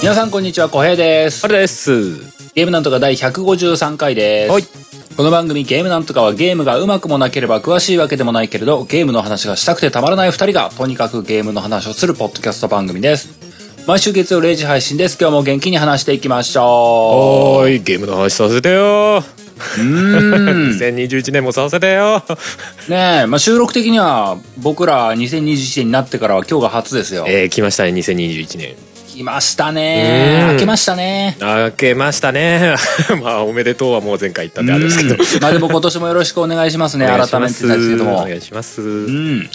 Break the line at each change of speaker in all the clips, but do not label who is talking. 皆さんこんにちは、小平です
あ。れです。
ゲームなんとか第153回です。
はい
この番組ゲームなんとかはゲームがうまくもなければ詳しいわけでもないけれど、ゲームの話がしたくてたまらない二人が、とにかくゲームの話をするポッドキャスト番組です。毎週月曜0時配信です。今日も元気に話していきましょ
おーい、ゲームの話させてよ。
う。う ーん。
2021年もさせてよ。
ねえ、まあ、収録的には僕ら2021年になってからは今日が初ですよ。
えー、来ましたね、2021年。
来ました
う
ね
ん
開けましたね。
あけましたね。 まあ、おめでとうはもう前回言ったんであれですけど。
うんまあでも今年もよろしくお願いしますね。
お願いし
改め
ま
てです
す
けども。
お願いします。
うん。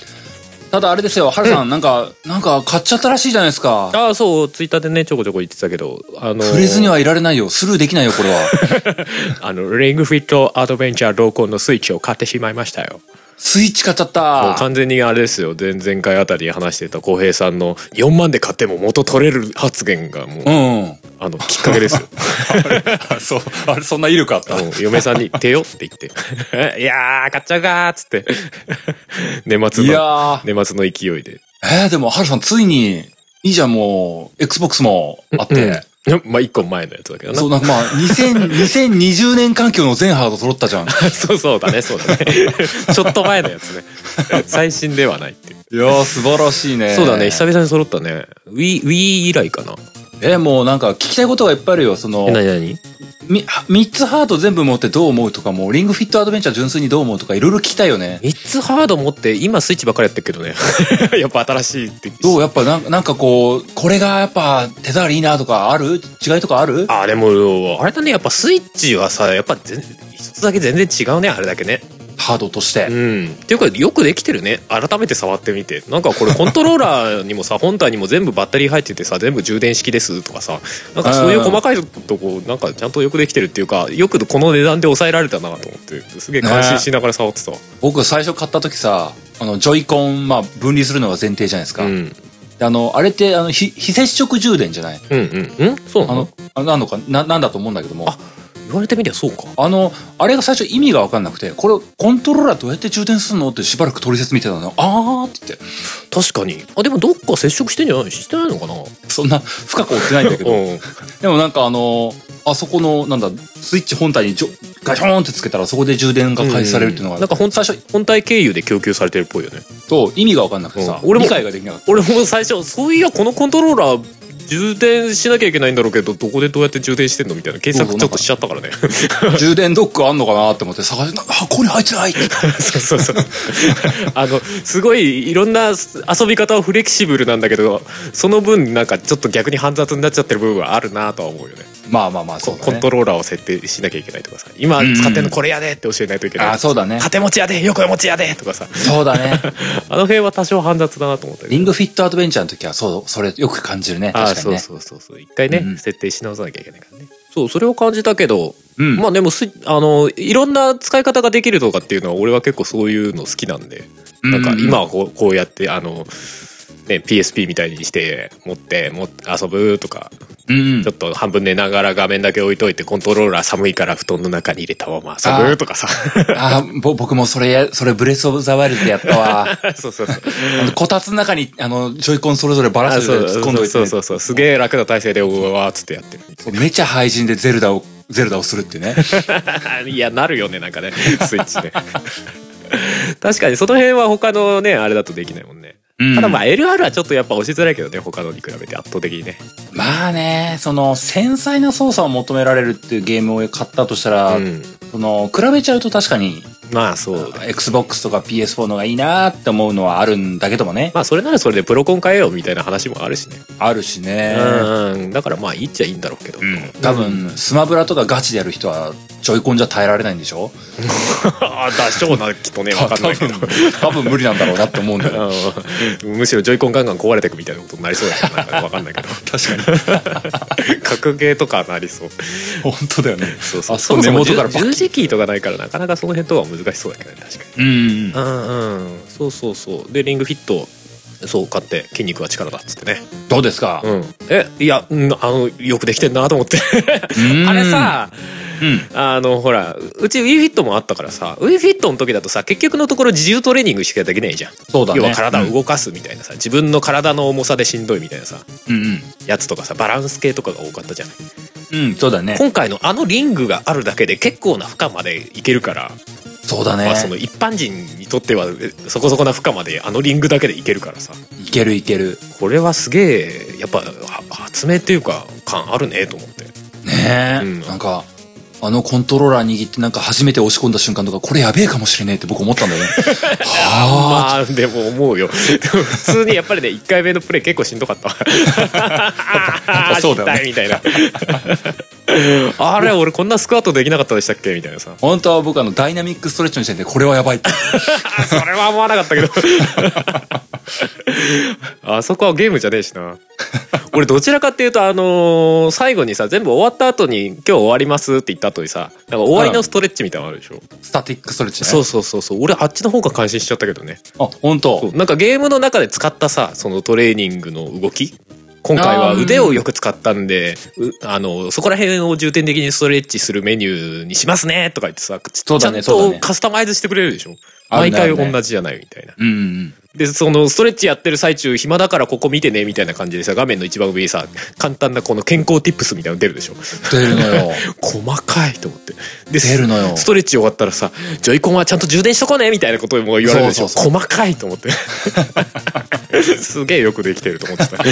ただあれですよ、ハルさん、なんか、なんか買っちゃったらしいじゃないですか。
ああ、そう、ツイッターでね、ちょこちょこ言ってたけど、あのー、
触れずにはいられないよ。スルーできないよ、これ は。
あの、リングフィットアドベンチャー同梱のスイッチを買ってしまいましたよ。
スイッチ買っちゃっ
もう
た。
完全にあれですよ。前々回あたりに話してた浩平さんの4万で買っても元取れる発言がもう、
うん。
あの、きっかけですよ。
そう、あれ、そんな威力あった
あの嫁さんに「手よ」って言って「い やー買っちゃうか」っつって 年末
いや
の
ー。
年末の勢いで、
えー、でも、ハルさん、ついに、いいじゃん、もう、Xbox もあって。
うんまあ一個前のやつだけどな
そ、
そうう
なんかまあ、2000 2020年環境の全ハード揃ったじゃん。い
そうだねそうだねちょっと前のやつね最新ではないっていう、
やー、素晴らしいね
そうだね久々に揃ったね Wii, Wii 以来かな
えー、もうなんか、聞きたいことがいっぱいあるよ。その
え、何何
み、3つハード全部持ってどう思うとか、もう、リングフィットアドベンチャー純粋にどう思うとか、いろいろ聞きたいよね。
3つハード持って今スイッチばっかりやってるけどね やっぱ新しいって
どうやっぱなんなんかこう、これがやっぱ手触りいいなとかある違いとかある
あでもあれだねやっぱスイッチはさやっぱ全一つだけ全然違うねあれだけね
ハードとして。
うん、っていうかよくできてるね改めて触ってみてなんかこれコントローラーに もさ本体にも全部バッテリー入っててさ全部充電式ですとかさなんかそういう細かいとこなんかちゃんとよくできてるっていうかよくこの値段で抑えられたなと思ってすげえ感心しながら触ってたわ、
僕最初買った時さ、あの、ジョイコン、まあ、分離するのが前提じゃないですか。
うん、
であの、あれって、あの、非非接触充電じゃない
うんうんうんそう
あ
な
の
の、
あなんのかな、なんだと思うんだけども。あ
あ言われてみりゃそうか
の、あれが最初意味がわかんなくて、これ、コントローラーどうやって充電するのってしばらく取説見てたのよあーって言って。
確かにあでもどっか接触してんじゃないしてないのかな
そんな深く追ってないんだけど。
うん
でもなんかあの、あそこの、なんだ、スイッチ本体にじょガショーンってつけたらそこで充電が開始されるっていうのが、
なんか本
最初
本体経由で供給されてるっぽいよね
と意味が分かんなくてさ、
うん俺も
理解ができなかっ
俺も最初そういやこのコントローラー充電しなきゃいけないんだろうけどどこでどうやって充電してんのみたいな検索ちょっとしちゃった からね
た充電ドックあんのかなって思って探 してあ箱に入ってないって
そうそうそうあのすごいいろんな遊び方はフレキシブルなんだけどその分なんかちょっと逆に煩雑になっちゃってる部分はあるなとは思うよね
まあまあまあそう
コ
だ
ン
ね
トローラーを設定しなきゃいけないとかさ今使ってんのこれやでって教えないといけない、
あそうだね
縦持ちやで横持ちやでとかさ
そうだね
あの辺は多少煩雑だなと思ったけど
リングフィットアドベンチャーの時はそうそれよく感じるね
あ
確か
あ
にね
そうそうそうそう一回ね、
うん
設定し直さなきゃいけないからねそうそれを感じたけど、
うん
まあでもすあのいろんな使い方ができるとかっていうのは俺は結構そういうの好きなんで、
うん
なんか今はこうこうやってあの、ね、PSP みたいにして持っても遊ぶとか
うんうん
ちょっと半分寝ながら画面だけ置いといてコントローラー寒いから布団の中に入れたまま遊ぶとかさ
あーぼ僕もそれやそれブレスオブザワイルドでやった わ
そうそうそう
あのこたつの中にあのジョイコンそれぞれバラ
あ
して
そ
突っ込んど
う
いて
そうそうそうすげえ楽な体勢でうわーっつってやってる
めちゃ廃人でゼルダをゼルダをするっていう ね
いやなるよねなんかねスイッチね 確かにその辺は他のねあれだとできないもんね、
うん
ただまあ LR はちょっとやっぱ押しづらいけどね他のに比べて圧倒的にね
まあねその繊細な操作を求められるっていうゲームを買ったとしたら、
うん
その比べちゃうと確かに
まあそうだ
XBOX とか PS4 のがいいなって思うのはあるんだけどもね
まあそれならそれでプロコン変えようみたいな話もあるしね、
あるしね
うんうんだからまあいいっちゃいいんだろうけど、
多分スマブラとかガチでやる人はジョイコンじゃ耐えられないんでしょ
あだしょうなきっとね 分
多
かんないけ
分
ど
多分無理なんだろうなって思うんだ よ
うんむしろジョイコンガンガン壊れてくみたいなことになりそうだけどなんか分かんないけど
確かに
格ゲーとかなりそう
本当だよね
そうそう
あそもそも根元からパッ
十字キーとかないからなかなかその辺とは難しそうだけどね確かに
うん
うんうんそうそうそうでリングフィットそう買って筋肉は力だっつってね
どうですか、
うんえいやうんあのよくできてんなと思って
うん
あれさ
うん
あのほらうち WeFit もあったからさ WeFit の時だとさ結局のところ自重トレーニングしかできないじゃん
そうだね
要は体を動かすみたいなさ、自分の体の重さでしんどいみたいなさ
うんうん
やつとかさバランス系とかが多かったじゃない
うんそうだね
今回のあのリングがあるだけで結構な負荷までいけるから、
そうだ
ま
ね
あ、その一般人にとってはえそこそこな負荷まであのリングだけでいけるからさ
いけるいける
これはすげえやっぱは発明っていうか感あるねと思って
ねえ、
うん
なんかあのコントローラー握ってなんか初めて押し込んだ瞬間とかこれやべえかもしれねえって僕思ったんだ よねはあ、
まあでも思うよ普通にやっぱりね1回目のプレイ結構しんどかったわ
ぱ そうだよね
痛 いみたいなあれ俺こんなスクワットできなかったでしたっけみたいなさ
本当は僕あのダイナミックストレッチの時点でこれはやばいって
あそれは思わなかったけど あそこはゲームじゃねえしな俺どちらかっていうとあのー最後にさ全部終わった後に「今日終わります」って言った後にさなんか終わりのストレッチみたいなのあるでしょ、
スタティックストレッチね
そうそうそうそう俺あっちの方が感心しちゃったけどね
あ本
そ
当
うなんかゲームの中で使ったさそのトレーニングの動き今回は
あー
腕をよく使ったんでうあのそこら辺を重点的にストレッチするメニューにしますねとか言ってさち
そうだね
ちゃ
そ
ん
うだ
と
ね
カスタマイズしてくれるでしょ、
ある
毎
ねある
回
ね
同じじゃないみたいな
うんうん
でそのストレッチやってる最中暇だからここ見てねみたいな感じでさ画面の一番上にさ簡単なこの健康ティップスみたいなの出るでしょ
出るのよ
細かいと思ってで
出るのよ
ストレッチ終わったらさ「ジョイコンはちゃんと充電しとこうね」みたいなことも言われるでしょ
そうそう
細かいと思って すげえよくできてると思ってた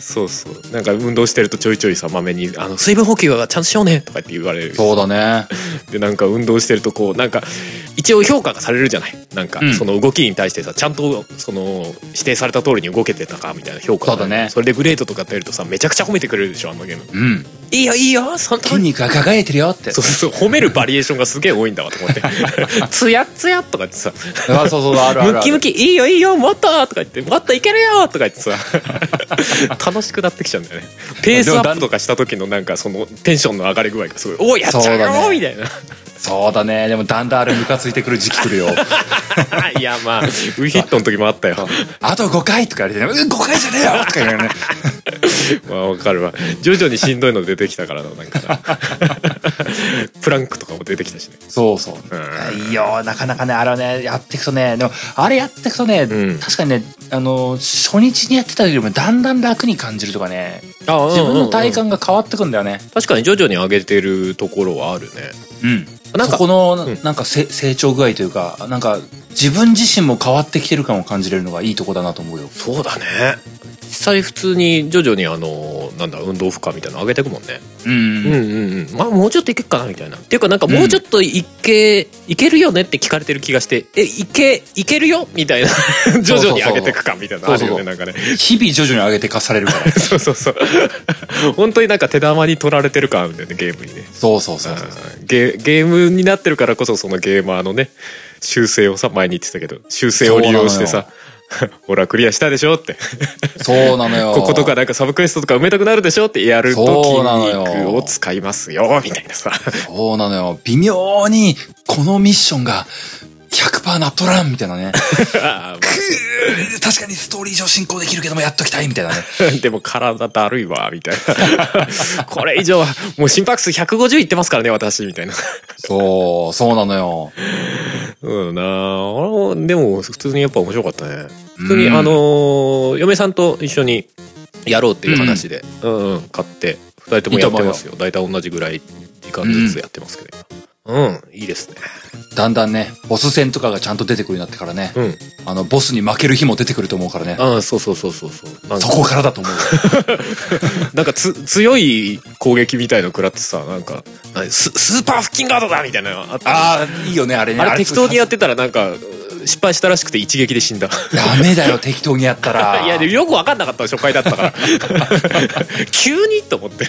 そうそうなんか運動してるとちょいちょいさまめにあの「水分補給はちゃんとしようね」とかって言われる
そうだね
でなんか運動してるとこうなんか一応評価がされるじゃないなんか
うん
その動きに対してさちゃんとその指定された通りに動けてたかみたいな評価が
そうだね
それでグレードとか出るとさめちゃくちゃ褒めてくれるでしょあのゲーム
うん
いいよいいよその通
筋
り
肉が輝いてるよって
そうそう褒めるバリエーションがすげえ多いんだわと思って「 ツヤッツヤ」とか言ってさ
あそうそうあるあるある
ムキムキいいよいいよもっととか言ってもっといけるよとか言ってさ 楽しくなってきちゃうんだよねペースアップとかした時のなんかそのテンションの上がり具合がすごい「おおやっち
そ
ゃ
うだ
うよ」
ね
みたいな
そうだねでもだんだんあれムカついてくる時期来 るよ
いやまあウィヒットの時もあったよ
あと5回とか言われて、ね、5回じゃねえよとか言われてね
まあわかるわ徐々にしんどいの出てきたからななんかな プランクとかも出てきたしね
そうそういいよなかなかねあれはねやっていくとねでもあれやっていくとね、
うん
確かにねあの初日にやってた時よりもだんだん楽に感じるとかね
あ
自分の体感が変わってくんだよね
確かに徐々に上げてるところはあるね
うん、
なん
そ
か
この、
うん
なんかせ成長具合というかなんか自分自身も変わってきてる感を感じれるのがいいとこだなと思うよ
そうだね実際普通に徐々にあのなんだ運動負荷みたいなの上げてくもんね
うん、
うん
うん、
うんうんまあもうちょっといけっかなみたいなっていうかなんかもうちょっといけ、いけるよねって聞かれてる気がしてえいけいけるよみたいな 徐々に上げてくかみたいなのあるよねなんかね
日々徐々に上げてかされるから
そうそうそう本当になんか手玉に取られてる感あるんだよねゲームにね
そうそうそうそう
うんゲゲームになってるからこそそのゲーマーのね修正をさ前に言ってたけど修正を利用してさ 「ほらクリアしたでしょ」って
そうなの
「
よ
こことかなんかサブクエストとか埋めたくなるでしょ」ってやると筋
そうなのよ
肉を使いますよみたいなさ
そうなのよ微妙にこのミッションが100%なっとらんみたいなね
あ
くー 確かにストーリー上進行できるけどもやっときたいみたいなね。
まあでも体だるいわみたいな これ以上はもう心拍数150いってますからね私みたいな
そう、そうなのよ。
うんなああれでも普通にやっぱ面白かったね普通
う
に
ん
あのー嫁さんと一緒にやろうっていう話で、うんうん買って2人ともやってますよ大体同じぐらい時間ずつやってますけど今うん、いいですね
だんだんね、ボス戦とかがちゃんと出てくるようになってからね、
うん
あの、ボスに負ける日も出てくると思うからね。
ああそうそうそうそうそうなん
そ
か
こからだと思う よ。
なんかつ強い攻撃みたいの食らってさなんか何ススーパー腹筋ガードだみたいなのあった
ああ、いいよね、あれね。
あれ適当にや
っ
ってたらなんか失敗したらしくて一撃で死んだ
ダメだよ、適当にやったら。
いやでもよく分かんなかったの初回だったから 急にと思って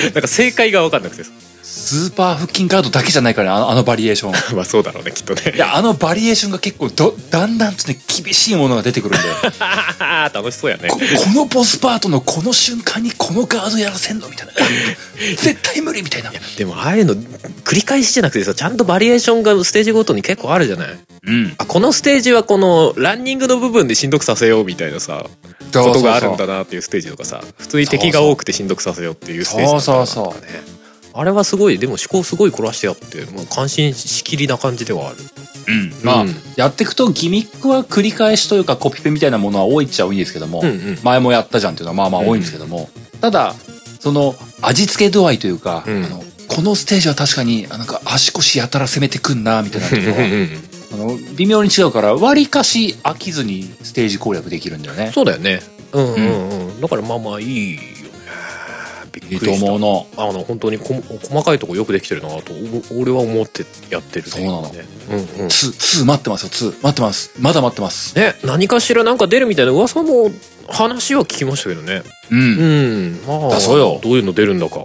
なんか正解が分かんなくて
スーパー腹筋ガードだけじゃないからね、あのあのバリエー ション。い
まあそうだろうねきっとね
や、あのバリエーションが結構ど、だんだんとね、厳しいものが出てくるんだよ。
楽しそうやね
ここのボスパートのこの瞬間にこのガードやらせんのみたい な。絶対無理みたいな。
でもああいうの繰り返しじゃなくてさちゃんとバリエーションがステージごとに結構あるじゃない
うん。
あこのステージはこのランニングの部分でしんどくさせようみたいなさ
そうそうそう
ことがあるんだなっていうステージとかさ普通に敵が多くてしんどくさせようっていうステージだったな
そうそうそう
とかねあれはすごいでも思考すごい凝らしてあって、まあ、感心しきりな感じではある
うん。まあ、
うん
やっていくとギミックは繰り返しというかコピペみたいなものは多いっちゃ多いんですけども、
うんうん
前もやったじゃんっていうのはまあまあ多いんですけども、ただ、その味付け度合いというか、
うん
あのこのステージは確かにあなんか足腰やたら攻めてくんなみたいなところは あの微妙に違うから割かし飽きずにステージ攻略できるんだよね。
そうだよねうんうんうん、だからまあまあいいよねび
い
っ
い
く
と
りした
思うの。
あの本当にこ細かいとこよくできてるなとお俺は思ってやってるね
そうなの
うんうん
ツー待ってますよツー待ってますまだ待ってます。
ね何かしらなんか出るみたいな噂も話は聞きましたけどね
うん、
うんまあ
出そうよ
どういうの出るんだか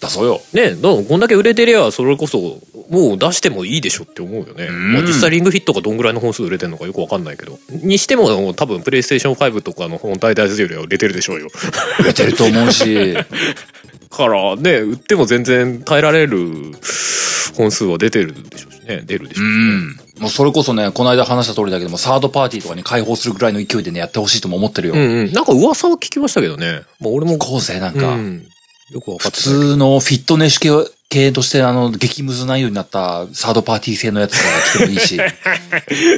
だそうよ。
ねだからこんだけ売れてりゃそれこそもう出してもいいでしょって思うよね、
うん
まあ、実際リングフィットがどんぐらいの本数売れてるのかよくわかんないけどにしても多分プレイステーション5とかの本体大よりは売れてるでしょうよ
売れてると思うし。
からね売っても全然耐えられる本数は出てるでしょうしね出るで
う
しょうしね、
ん。もうそれこそね、この間話した通りだけども、サードパーティーとかに解放するぐらいの勢いでね、やってほしいとも思ってるよ。
うんうん、なんか噂は聞きましたけどね、まあ、俺も
後世なんか、
うん、よく分
普
かってない
通のフィットネス系系として、あの、激ムズ内容になったサードパーティー製のやつとか来てもいい し、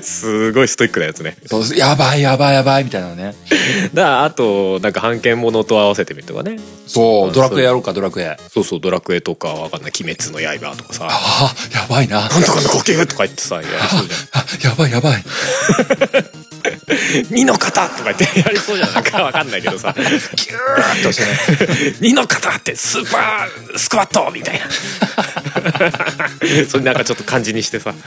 すごいストイックなやつね
そうやばいやばいやばいみたいなね。
だあとなんか版権ものと合わせてみるとかね
そうう、
ん
ドラクエやろうか、ドラクエ。
そうそう「ドラクエ」とかわかんない「鬼滅の刃」とかさ
ああ、やばいな
「。なんとかの呼吸」とか言って さやりそうじ
あ
ゃ
やばいやばい。
ん「 二の型」とか言ってやりそうじゃんなんかわかんないけど さ「キューッとしてね「二の型」ってスーパースクワットみたいな それなんかちょっと漢字にしてさ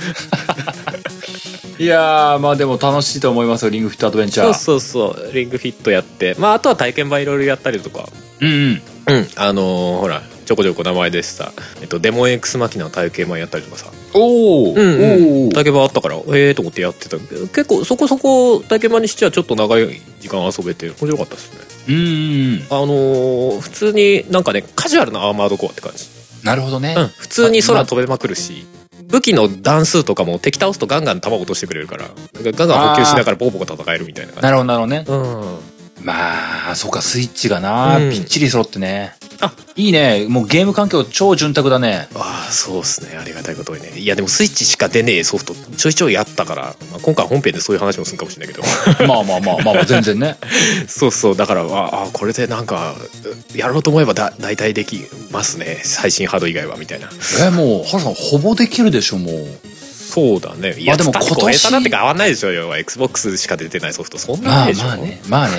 いやー、まあでも楽しいと思いますよ、リングフィットアドベンチャ
そう
ー。
そうそうリングフィットやってまああとは体験版いろいろやったりとか
うんうん。
うんあのーほらちょこちょこ名前でした、えっと、デモ X マキナの体験版やったりとかさ
おー、
うんうん、
おー
体験版あったからええと思ってやってたけど結構そこそこ体験版にしてはちょっと長い時間遊べて面白かったですね
うんうん。
あのー普通になんかねカジュアルなアーマードコアって感じ、
なるほどね。
うん、普通に空飛べまくるし武器の段数とかも敵倒すとガンガン弾落としてくれるからなんかガンガン補給しながらボコボコ戦えるみたいな感
なるほどなるほどね。
じうん
まあ、そうか、スイッチがな、
うん
ぴっちり揃ってね。
あ
いいね。もうゲーム環境超潤沢だ ね。
ああそうですねありがたいことにねいやでもスイッチしか出ねえソフトちょいちょいやったから、まあ、今回本編でそういう話もするかもしれないけど
まあまあまあまあまあ、全然ね。
そうそうだからああこれでなんかやろうと思えばだ大体できますね最新ハード以外はみたいな
え、もう、ハルさん、ほぼできるでしょ、もう。
そうだねい
まあ
や
で
で
も
も
今
今
年
年下なんて変わんないでしょ要は XBOX しか出てないソフトそんな
ま
な
あ
いでしょ
まあね。まあね。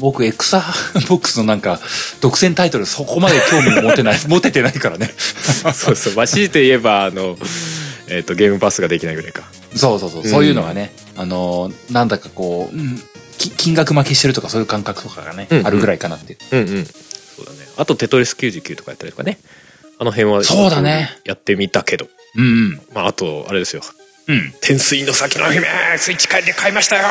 僕、エクサボックスのなんか、独占タイトル、そこまで興味持て ない、持ててないからね。
そうそうまあ強いて言えばあのえっ、とゲームパスができないぐらいか
そうそうそう、そういうのがね、あの、なんだかこう、うんき金額負けしてるとかそういう感覚とかがね、
うんうん
あるぐらいかなっていう。
うんうんそうだねあとテトリス99とかやったりとかねあの辺は
そうだね
やってみたけど
うんうん。
まああとあれですよ
うん。
天水の先の姫スイッチ買いで買いましたよ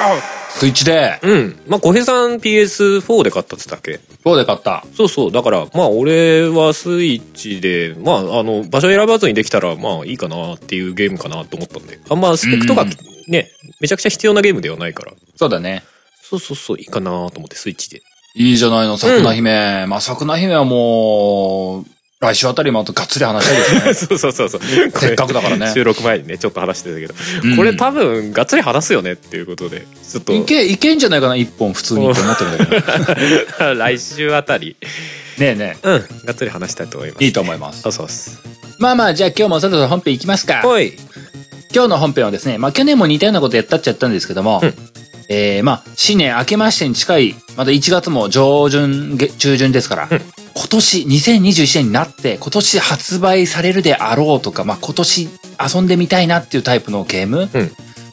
スイッチで、
うんまあ小平さん PS4 で買ったっつったっけ
どうで買った
そうそうだからまあ俺はスイッチでまああの場所選ばずにできたらまあいいかなっていうゲームかなと思ったんであんまスペックとか
うんうん
ねめちゃくちゃ必要なゲームではないから
そうだね。
そうそうそういいかなと思ってスイッチで。
いいじゃないの、桜姫。まあ、桜姫はもう、来週あたりもあとがっつり話したいです ね
そうそうそうそう
せっかくだからね
これ収録前にねちょっと話してたけど、
うん
これ多分がっつり話すよねっていうことでちょっと
いけ、いけんじゃないかな、一本普通にって思ってるん だけど。ね
来週あたり
えね
うんがっつり話したいと思います
え。いいと思います
そ。うそうっす
まあまあ、じゃあ今日もそろそろ本編いきますか。
はい
今日の本編はですね、まあ去年も似たようなことやったっちゃったんですけども、
うん
えー、まあ、新年明けましてに近い、まだ1月も上旬、げ中旬ですから、
うん
今年、2021年になって、今年発売されるであろうとか、まあ今年遊んでみたいなっていうタイプのゲーム、
うん
ま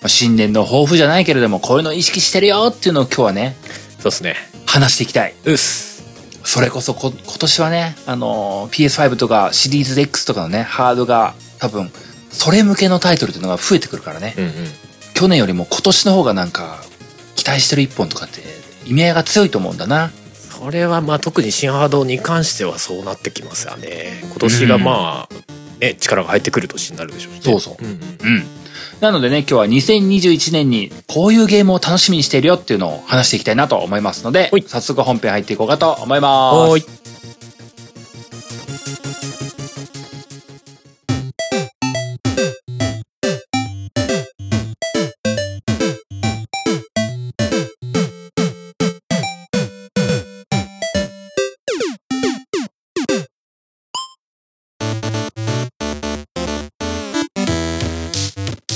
あ新年の抱負じゃないけれども、こういうの意識してるよっていうのを今日はね、
そうっすね
話していきたい。
うっす
それこそこ今年はね、あのー PS5 とかシリーズ X とかのね、ハードが多分、それ向けのタイトルっていうのが増えてくるからね。
うんうん
去年よりも今年の方がなんか、期待してる一本とかって、意味合いが強いと思うんだな。
それはまあ特に新ハードに関してはそうなってきますよね今年がまあ、ね力が入ってくる年になるでしょうしね
そうそ
うんうん
うん。なのでね、今日は2021年にこういうゲームを楽しみにしているよっていうのを話していきたいなと思いますので
はい、
早速本編入っていこうかと思います。
はい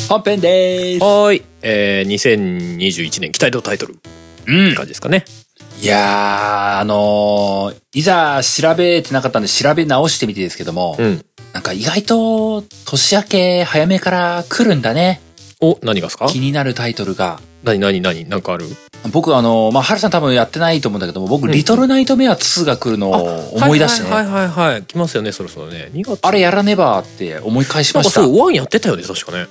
本編です。
はいえー、2021年期待のタイトルっ
うん
て。感じですかね、
いやー、あのーいざ調べてなかったんで調べ直してみてですけども、
うん、
なんか意外と年明け早めから来るんだね。
お何がですか
気になるタイトルが。
何何何なんかある
僕あのー、まあ、ハルさん多分やってないと思うんだけども、僕、
うん
リトルナイトメア2が来るのを思い出してね、
はいはいはい、はい、来ますよねそろそろね2月
あれやらねばって思い返し
な
ま
んか
した。
そううワンやってたよね確かね
ん。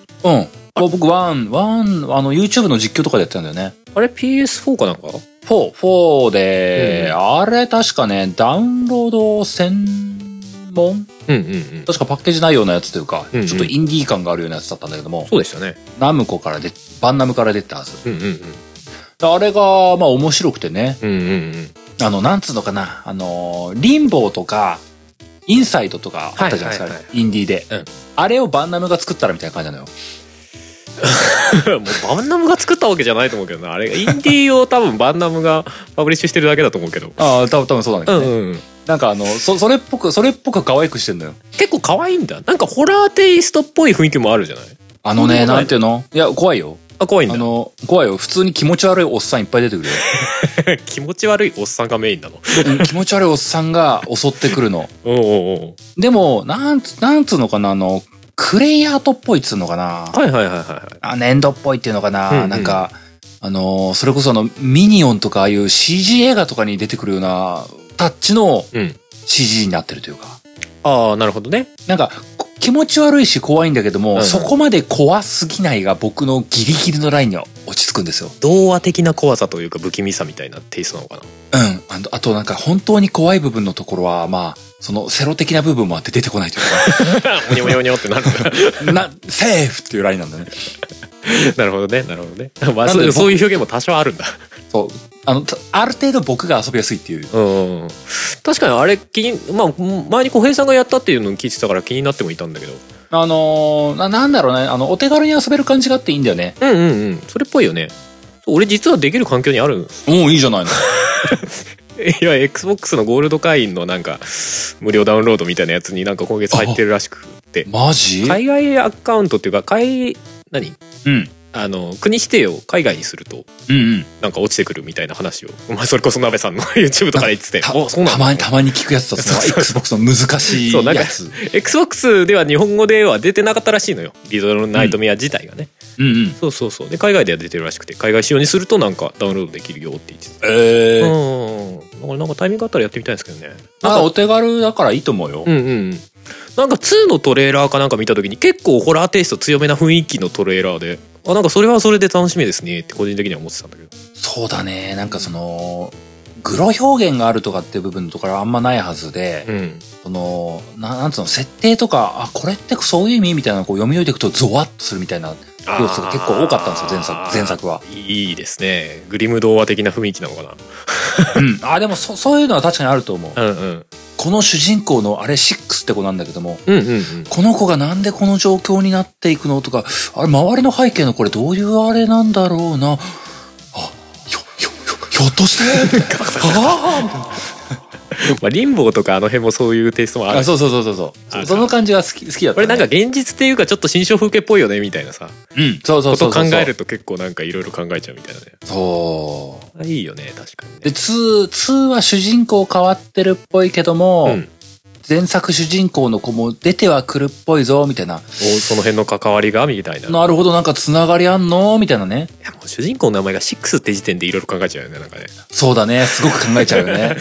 僕、ワン、ワン、あの、YouTube の実況とかでやってたんだよね。
あれ PS4 かなんか
4、4で、
う
あれ確かね、ダウンロード専門
うんうんうん
確かパッケージないようなやつというか、
うんうん
ちょっとインディー感があるようなやつだったんだけども、
そうでしたね
ナムコからで、バンナムから出てたはず。
うんうん
であれが、まあ面白くてね、
うんうんうんうん
あの、なんつうのかな、あのー、リンボーとか、インサイドとかあったじゃないですか、
はいはいは
インディーで、
うん
あれをバンナムが作ったらみたいな感じなのよ。
もうバンナムが作ったわけじゃないと思うけどなあれインディーを多分バンナムがパブリッシュしてるだけだと思うけど
ああ、た多分そうなんだけ
う
ど
ん
ね。
うんうん
なんかあの、そ、それっぽく、それっぽく可愛くしてんのよ。
結構可愛いんだなんかホラーテイストっぽい雰囲気もあるじゃない
あの
そ
ね、
んなことない
なんていうのいや、怖いよ。
あ怖いん
あ
だ
の、怖いよ。普通に気持ち悪いおっさんいっぱい出てくるよ。
気持ち悪いおっさんがメインなの
うん気持ち悪いおっさんが襲ってくるの。
おうおうおう
でも、なんつ、なんつうのかな、あの、クレイアートっぽいっつうのかな。
はいはいはいはいはい
あ粘土っぽいっていうのかな。
うんうん
なんか、あのー、それこそあの、ミニオンとかああいう CG 映画とかに出てくるようなタッチの
うん
CG になってるというか。
ああなるほどね
なんか、こ気持ち悪いし怖いんだけども、
うん
そこまで怖すぎないが僕のギリギリのラインには落ち着くんですよ。
童話的な怖さというか不気味さみたいなテイストなのかな
う ん。あと、あとなんか本当に怖い部分のところは、まあ、そのセロ的な部分もあって出てこないという
おにょおにょおにょってなる
か、 な、セーフっていうラインなんだね。
なるほどねなるほどね、まあ、
なんで
そう
僕
そういう表現も多少あるんだ
そう。あの、たある程度僕が遊びやすいっていう。
うん確かにあれ気に、まあ、前に小平さんがやったっていうのを聞いてたから気になってもいたんだけど
あのーな、なんだろうね。あの、お手軽に遊べる感じがあっていいんだよね。
うんうんうんそれっぽいよね俺実はできる環境にあるんです
もういいじゃないの。
いや XBOX のゴールド会員のなんか無料ダウンロードみたいなやつになんか今月入ってるらしくて
マジ
海外アカウントっていうか海何
うん。
あの国指定を海外にすると
うんうん。
なんか落ちてくるみたいな話を、 まあ、それこそ鍋さんの YouTube とかで言ってて
た
おそうなん
た
だ
まに、たまに聞くやつだその
そうそう
Xbox の難しい
そうなんか
やつ。う
XBOX では日本語では出てなかったらしいのよリトルナイトメア自体がね、
んうん。
そうそうそうで海外では出てるらしくて海外仕様にするとなんかダウンロードできるよって言ってた
ええ
うんうんうんだからなんかタイミングあったらやってみたいんですけどね
ま
なん
あ、
か
お手軽だからいいと思うよ。
うんうんうんなんか2のトレーラーかなんか見た時に結構ホラーテイスト強めな雰囲気のトレーラーであなんかそれはそれで楽しみですねって個人的には思ってたんだけど
そうだね。なんかその、グロ表現があるとかっていう部分とかはあんまないはずで、
うん
その、ななんつうの、設定とか、あ、これってそういう意味みたいなのをこう読み解いていくとゾワッとするみたいな要素が結構多かったんですよ、前
あ
作、
ー
前作は。
いいですねグリム童話的な雰囲気なのか
うん。あ、でもそ、そういうのは確かにあると思う。
なうんうん
この主人公のあれ6って子なんだけども、
うんうんうん
この子がなんでこの状況になっていくのとか、あれ、周りの背景のこれどういうあれなんだろうな。あ、ひょ、ひょ、ひょ、ひょっとしてみたいなあ
まあリンボーとかあの辺もそういうテイスト もあ
ーあ
る
そうそうそうそうそうそ
あ
う。その感じが好き、好きだった、
これ
ね。
なんか、現実っていうかちょっと新象風景っぽいよねみたいなさ
うん、そうそう
こ
そ
と
う
を
そ
考
う。
えると結構なんかいろいろ考えちゃうみたいなね
そ
あいいよね確かに
う。で、
ね
2、2は主人公変わってるっぽいけども、
うん、
前作主人公の子も出てはくるっぽいぞ、みたいな。
おその辺の関わりがみたいな
なるほど、なんか繋がりあんのみたいなね。
いやもう主人公の名前が6って時点でいろいろ考えちゃうよねなんかね
そうだね。すごく考えちゃうよ ね。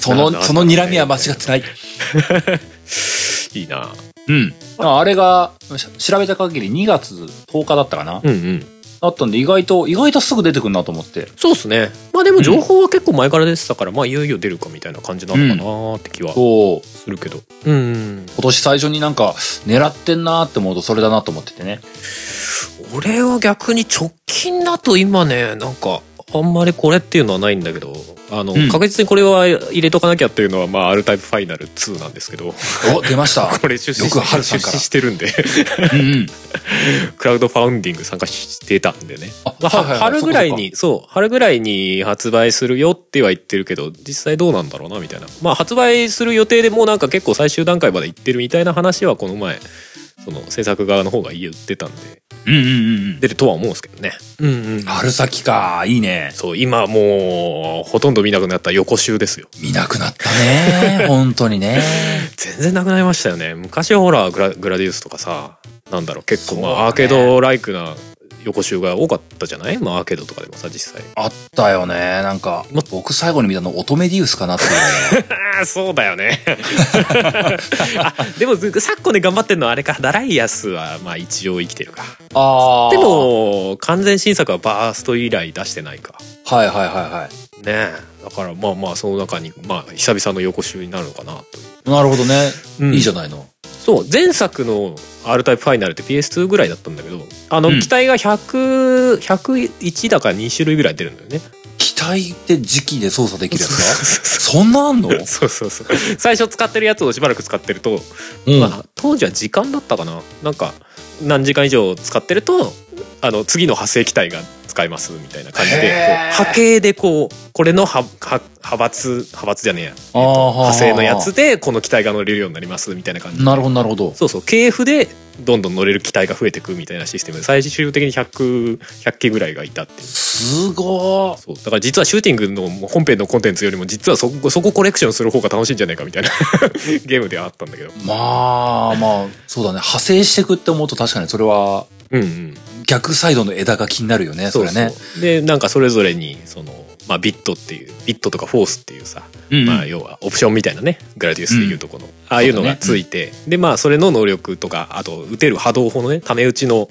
そ
なんだ
の、その睨みは間違ってない。
いいな
うん。ああれが、し調べた限り2月10日だったかな、
うんうん
だったんで、意外と、意外とすぐ出てくるなと思って。
そうっすねまあでも情報は結構前から出てたから、まあいよいよ出るかみたいな感じなのかなって気は
そう。
するけどうん、うん、
今年最初になんか、狙ってんなーって思うとそれだなと思っててね。
俺は逆に直近だと今ねなんかあんまりこれっていうのはないんだけどあの、
うん
確実にこれは入れとかなきゃっていうのは、まあ、あるタイプファイナル2なんですけど
お出ました
これ出資
よくハル
し
さ
出
んから
資してるんで
うんうん
クラウドファウンディング参加してたんでね
あ
まあ
はいはいはい
春ぐらいにそう春ぐらいに発売するよっては言ってるけど実際どうなんだろうなみたいなまあ発売する予定でもうなんか結構最終段階まで行ってるみたいな話はこの前その制作側の方が言ってたんで
うんうんうん
出るとは思うんですけどねうんうん
春先かいいね
そう今もうほとんど見なくなった横集ですよ
見なくなった ね本当にね
全然なくなりましたよね昔はほらグラグラディウスとかさなんだろう結構ま
そうだ
あ
ね
アーケードライクな横集が多かったじゃない、まあ、アーケードとかでもさ実際
あったよねなんか
ま
僕最後に見たの乙女ディウスかなっていうね
ああ そうだよねあでも昨今で頑張ってるのはあれかダライアスはまあ一応生きてるか
ああ
でも完全新作はバースト以来出してないか
はいはいはいは
ねえだからまあまあその中にまあ久々の横集になるのかなとい
い
う
なるほどね、
うん
いいじゃないの
そう前作の R タイプファイナルって PS2 ぐらいだったんだけどあの
うん
機体が100 101だから2種類ぐらい出るんだよね
機体って時期で操作できるやつか
そ
そんなあんの、
う そうそうそう最初使ってるやつをしばらく使ってると、
うん
まあ、当時は時間だったかななんか何時間以上使ってるとあの次の派生機体が使えますみたいな感じでこう
へー
派系でこうこれの派派派閥派閥じゃねえや、えっと
あーはーはー
派生のやつでこの機体が乗れるようになりますみたいな感じで
なるほどなるほど
そうそう経府でどんどん乗れる機体が増えていくみたいなシステムで最終的に 100, 100機ぐらいがいたっていう
すごー
そうだから実はシューティングの本編のコンテンツよりも実はそこそこコレクションする方が楽しいんじゃないかみたいな ゲームではあったんだけど
まあまあそうだね派生してくって思うと確かにそれは
うんうん
逆サイドの枝が気になるよねそれね
うでなんかそれぞれにその、まあ、ビットっていうビットとかフォースっていうさ、
うん
まあ、要はオプションみたいなねグラディウスでいうとこの、ああいうのがついて、でまあそれの能力とかあと打てる波動砲のねため打ちの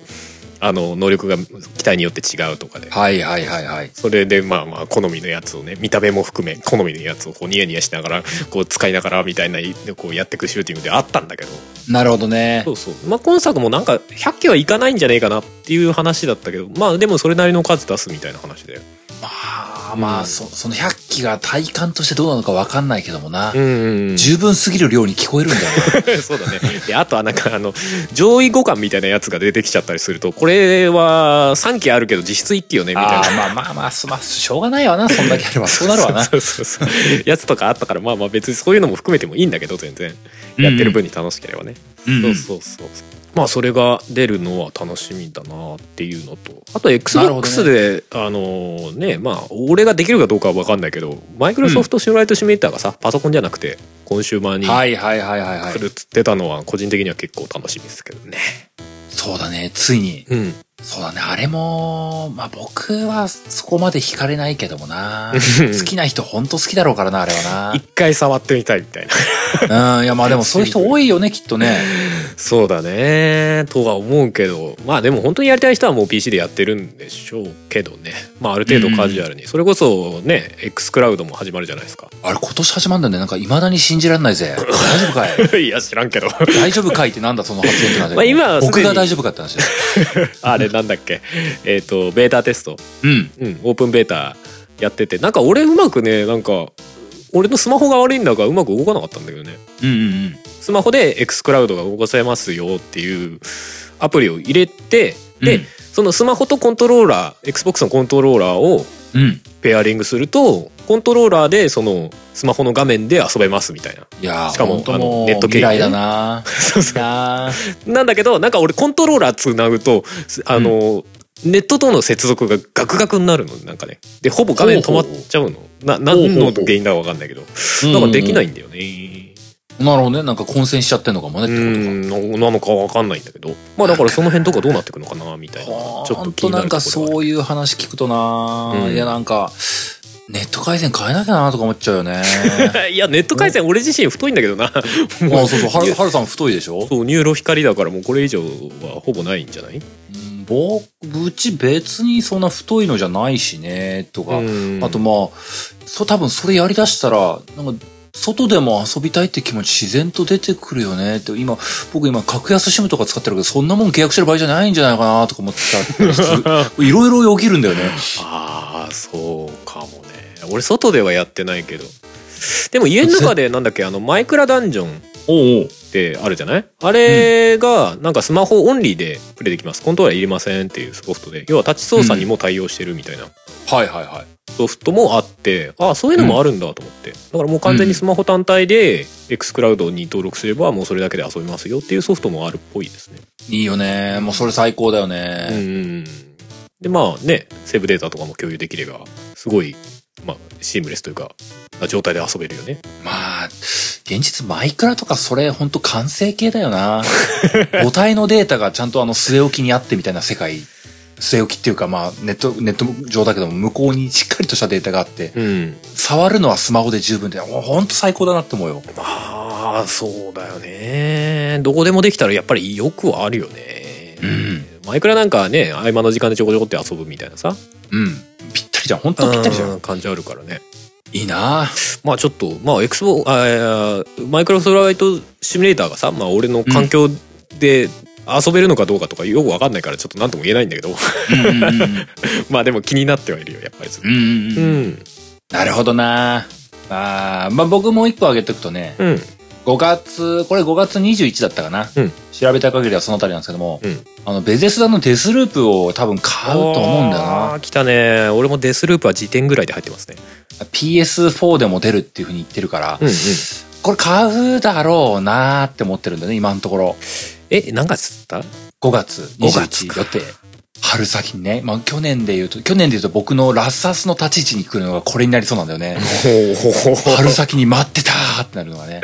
あの能力が機体によって違うとかで
はいはいはいはい
それでまあまあ好みのやつをね見た目も含め好みのやつをこうニヤニヤしながらこう使いながらみたいなこうやっていくシューティングであったんだけど
なるほどね
そうそうまあ今作もなんか100機はいかないんじゃねえかなっていう話だったけどまあでもそれなりの数出すみたいな話で
まあまあそその100機が体感としてどうなのか分かんないけどもな、
うんうんうん
十分すぎる量に聞こえるんだよな
そうだねであとはなんかあの上位互換みたいなやつが出てきちゃったりするとこれは3機あるけど実質1機よねみたいな
あーまあまあまあすまあしょうがないわなそんだけあればそうなるわな
そうそうそうやつとかあったからまあまあ別にそういうのも含めてもいいんだけど全然やってる分に楽しければね、
うんうん
そうそうそうまあそれが出るのは楽しみだなっていうのとあと
なるほど
XBOX で、あのねまあ俺ができるかどうかは分かんないけどマイクロソフトシュライトシミュレーターがさ、パソコンじゃなくてコンシューマーに
はいはいはいはいはい
来るっつってたのは個人的には結構楽しみですけどね
そうだねついに
うん
そうだねあれもまあ僕はそこまで惹かれないけども な好きな人ほんと好きだろうからなあれは
一回触ってみたいみたいな
なうんいやまあでもそういう人多いよねきっとね
そうだねとは思うけどまあでも本当にやりたい人はもう PC でやってるんでしょうけどねまあある程度カジュアルに、それこそね X クラウドも始まるじゃないですか
あれ今年始まるんだよねなんか未だに信じられないぜ大丈夫かい
いや知らんけど
大丈夫かいってなんだその発言ってなんだよ
まあ今はすでに
僕が大丈夫かって話だよ
あれなんだっけえっ、とベータテスト
うん
うんオープンベータやっててなんか俺うまくねなんか俺のスマホが悪いんだからうまく動かなかったんだけどね
うんうんうん
スマホで X クラウドが動かせますよっていうアプリを入れてで、
うん
そのスマホとコントローラー XBOX のコントローラーを
うん
ペアリングするとコントローラーでそのスマホの画面で遊べますみたいない
やー
しかも
ほんと
あ
も
の
う
ネット経
未
由ね
来だな
そうそ
なあ
うなんだけどなんか俺コントローラーつなぐとすあの、ネットとの接続がガクガクになるのなんかねでほぼ画面止まっちゃうのな何の原因だか分かんないけどなんかできないんだよね
なるほどねなんか混戦しちゃってんのかもねっ
う
てことか
んななのか分かんないんだけどまあだからその辺とかどうなってくのかなみたいなちょっ
ほ
と
ん
気
と
に
な
なる
ん
と
か
ころは
そういう話聞くとな、
うん
いやなんかネット回線変えなきゃなとか思っちゃうよ ね
いやネット回線俺自身太いんだけどな
あそうそうは
い
る
や
はるさん太いでしょ
そうニューロ光だからもうこれ以上はほぼないんじゃない
うん僕うち別にそんな太いのじゃないしねとか、
うん
あとまあそう多分それやりだしたらなんか外でも遊びたいって気持ち自然と出てくるよねって、今、僕今格安シムとか使ってるけど、そんなもん契約してる場合じゃないんじゃないかなとか思って た。いろいろよぎるんだよね。
ああそうかもね俺外ではやってないけどでも家の中でなんだっけあのマイクラダンジョンっ
おうおう。
てあるじゃないあれがなんかスマホオンリーでプレイできますコントローラーいりませんっていうソフトで要はタッチ操作にも対応してるみたいな
はいはいはい。
ソフトもあってああそういうのもあるんだと思ってだからもう完全にスマホ単体で X クラウドに登録すればもうそれだけで遊びますよっていうソフトもあるっぽいですね
いいよね。もうそれ最高だよね。
うんうんうんでまあねセーブデータとかも共有できればすごい、まあ、シームレスというかな状態で遊べるよね
まあ、現実マイクラとかそれほんと完成形だよ な。母体のデータがちゃんとあの据え置きにあってみたいな世界。据え置きっていうかまあネット、ネット上だけども向こうにしっかりとしたデータがあって、
うん
触るのはスマホで十分で、もうほんと最高だなって思うよ。
まあそうだよねどこでもできたらやっぱりよくはあるよね
うん。
マイクラなんかはね合間の時間でちょこちょこって遊ぶみたいなさ
うん。ぴったりじゃん。ほんとぴったりじゃん。
うん感じあるからね
いいな
まあちょっとまあ XBO あーマイクロソフトライトシミュレーターがさ、まあ、俺の環境で遊べるのかどうかとかよく分かんないからちょっと何とも言えないんだけど
うんうん
まあでも気になってはいるよやっぱりずっと
うんうん う
う
ん。
ん。
なるほどなあーまあ僕もう一個挙げておくとね、
うん。
5月、これ5月21だったかな。
うん
調べた限りはそのあたりなんですけども、
うん
あの、ベゼスダのデスループを多分買うと思うんだよな。
あー。来たね。俺もデスループは時点ぐらいで入ってますね。
PS4 でも出るっていうふうに言ってるから、
うんうん。
これ買うだろうなーって思ってるんだよね、今のところ。
え、何月だった
5月
5月
21
か
予 定。春先にね、まあ去年で言うと、去年で言うと僕のラッサスの立ち位置に来るのがこれになりそうなんだよね。春先に待ってたーってなるのがね。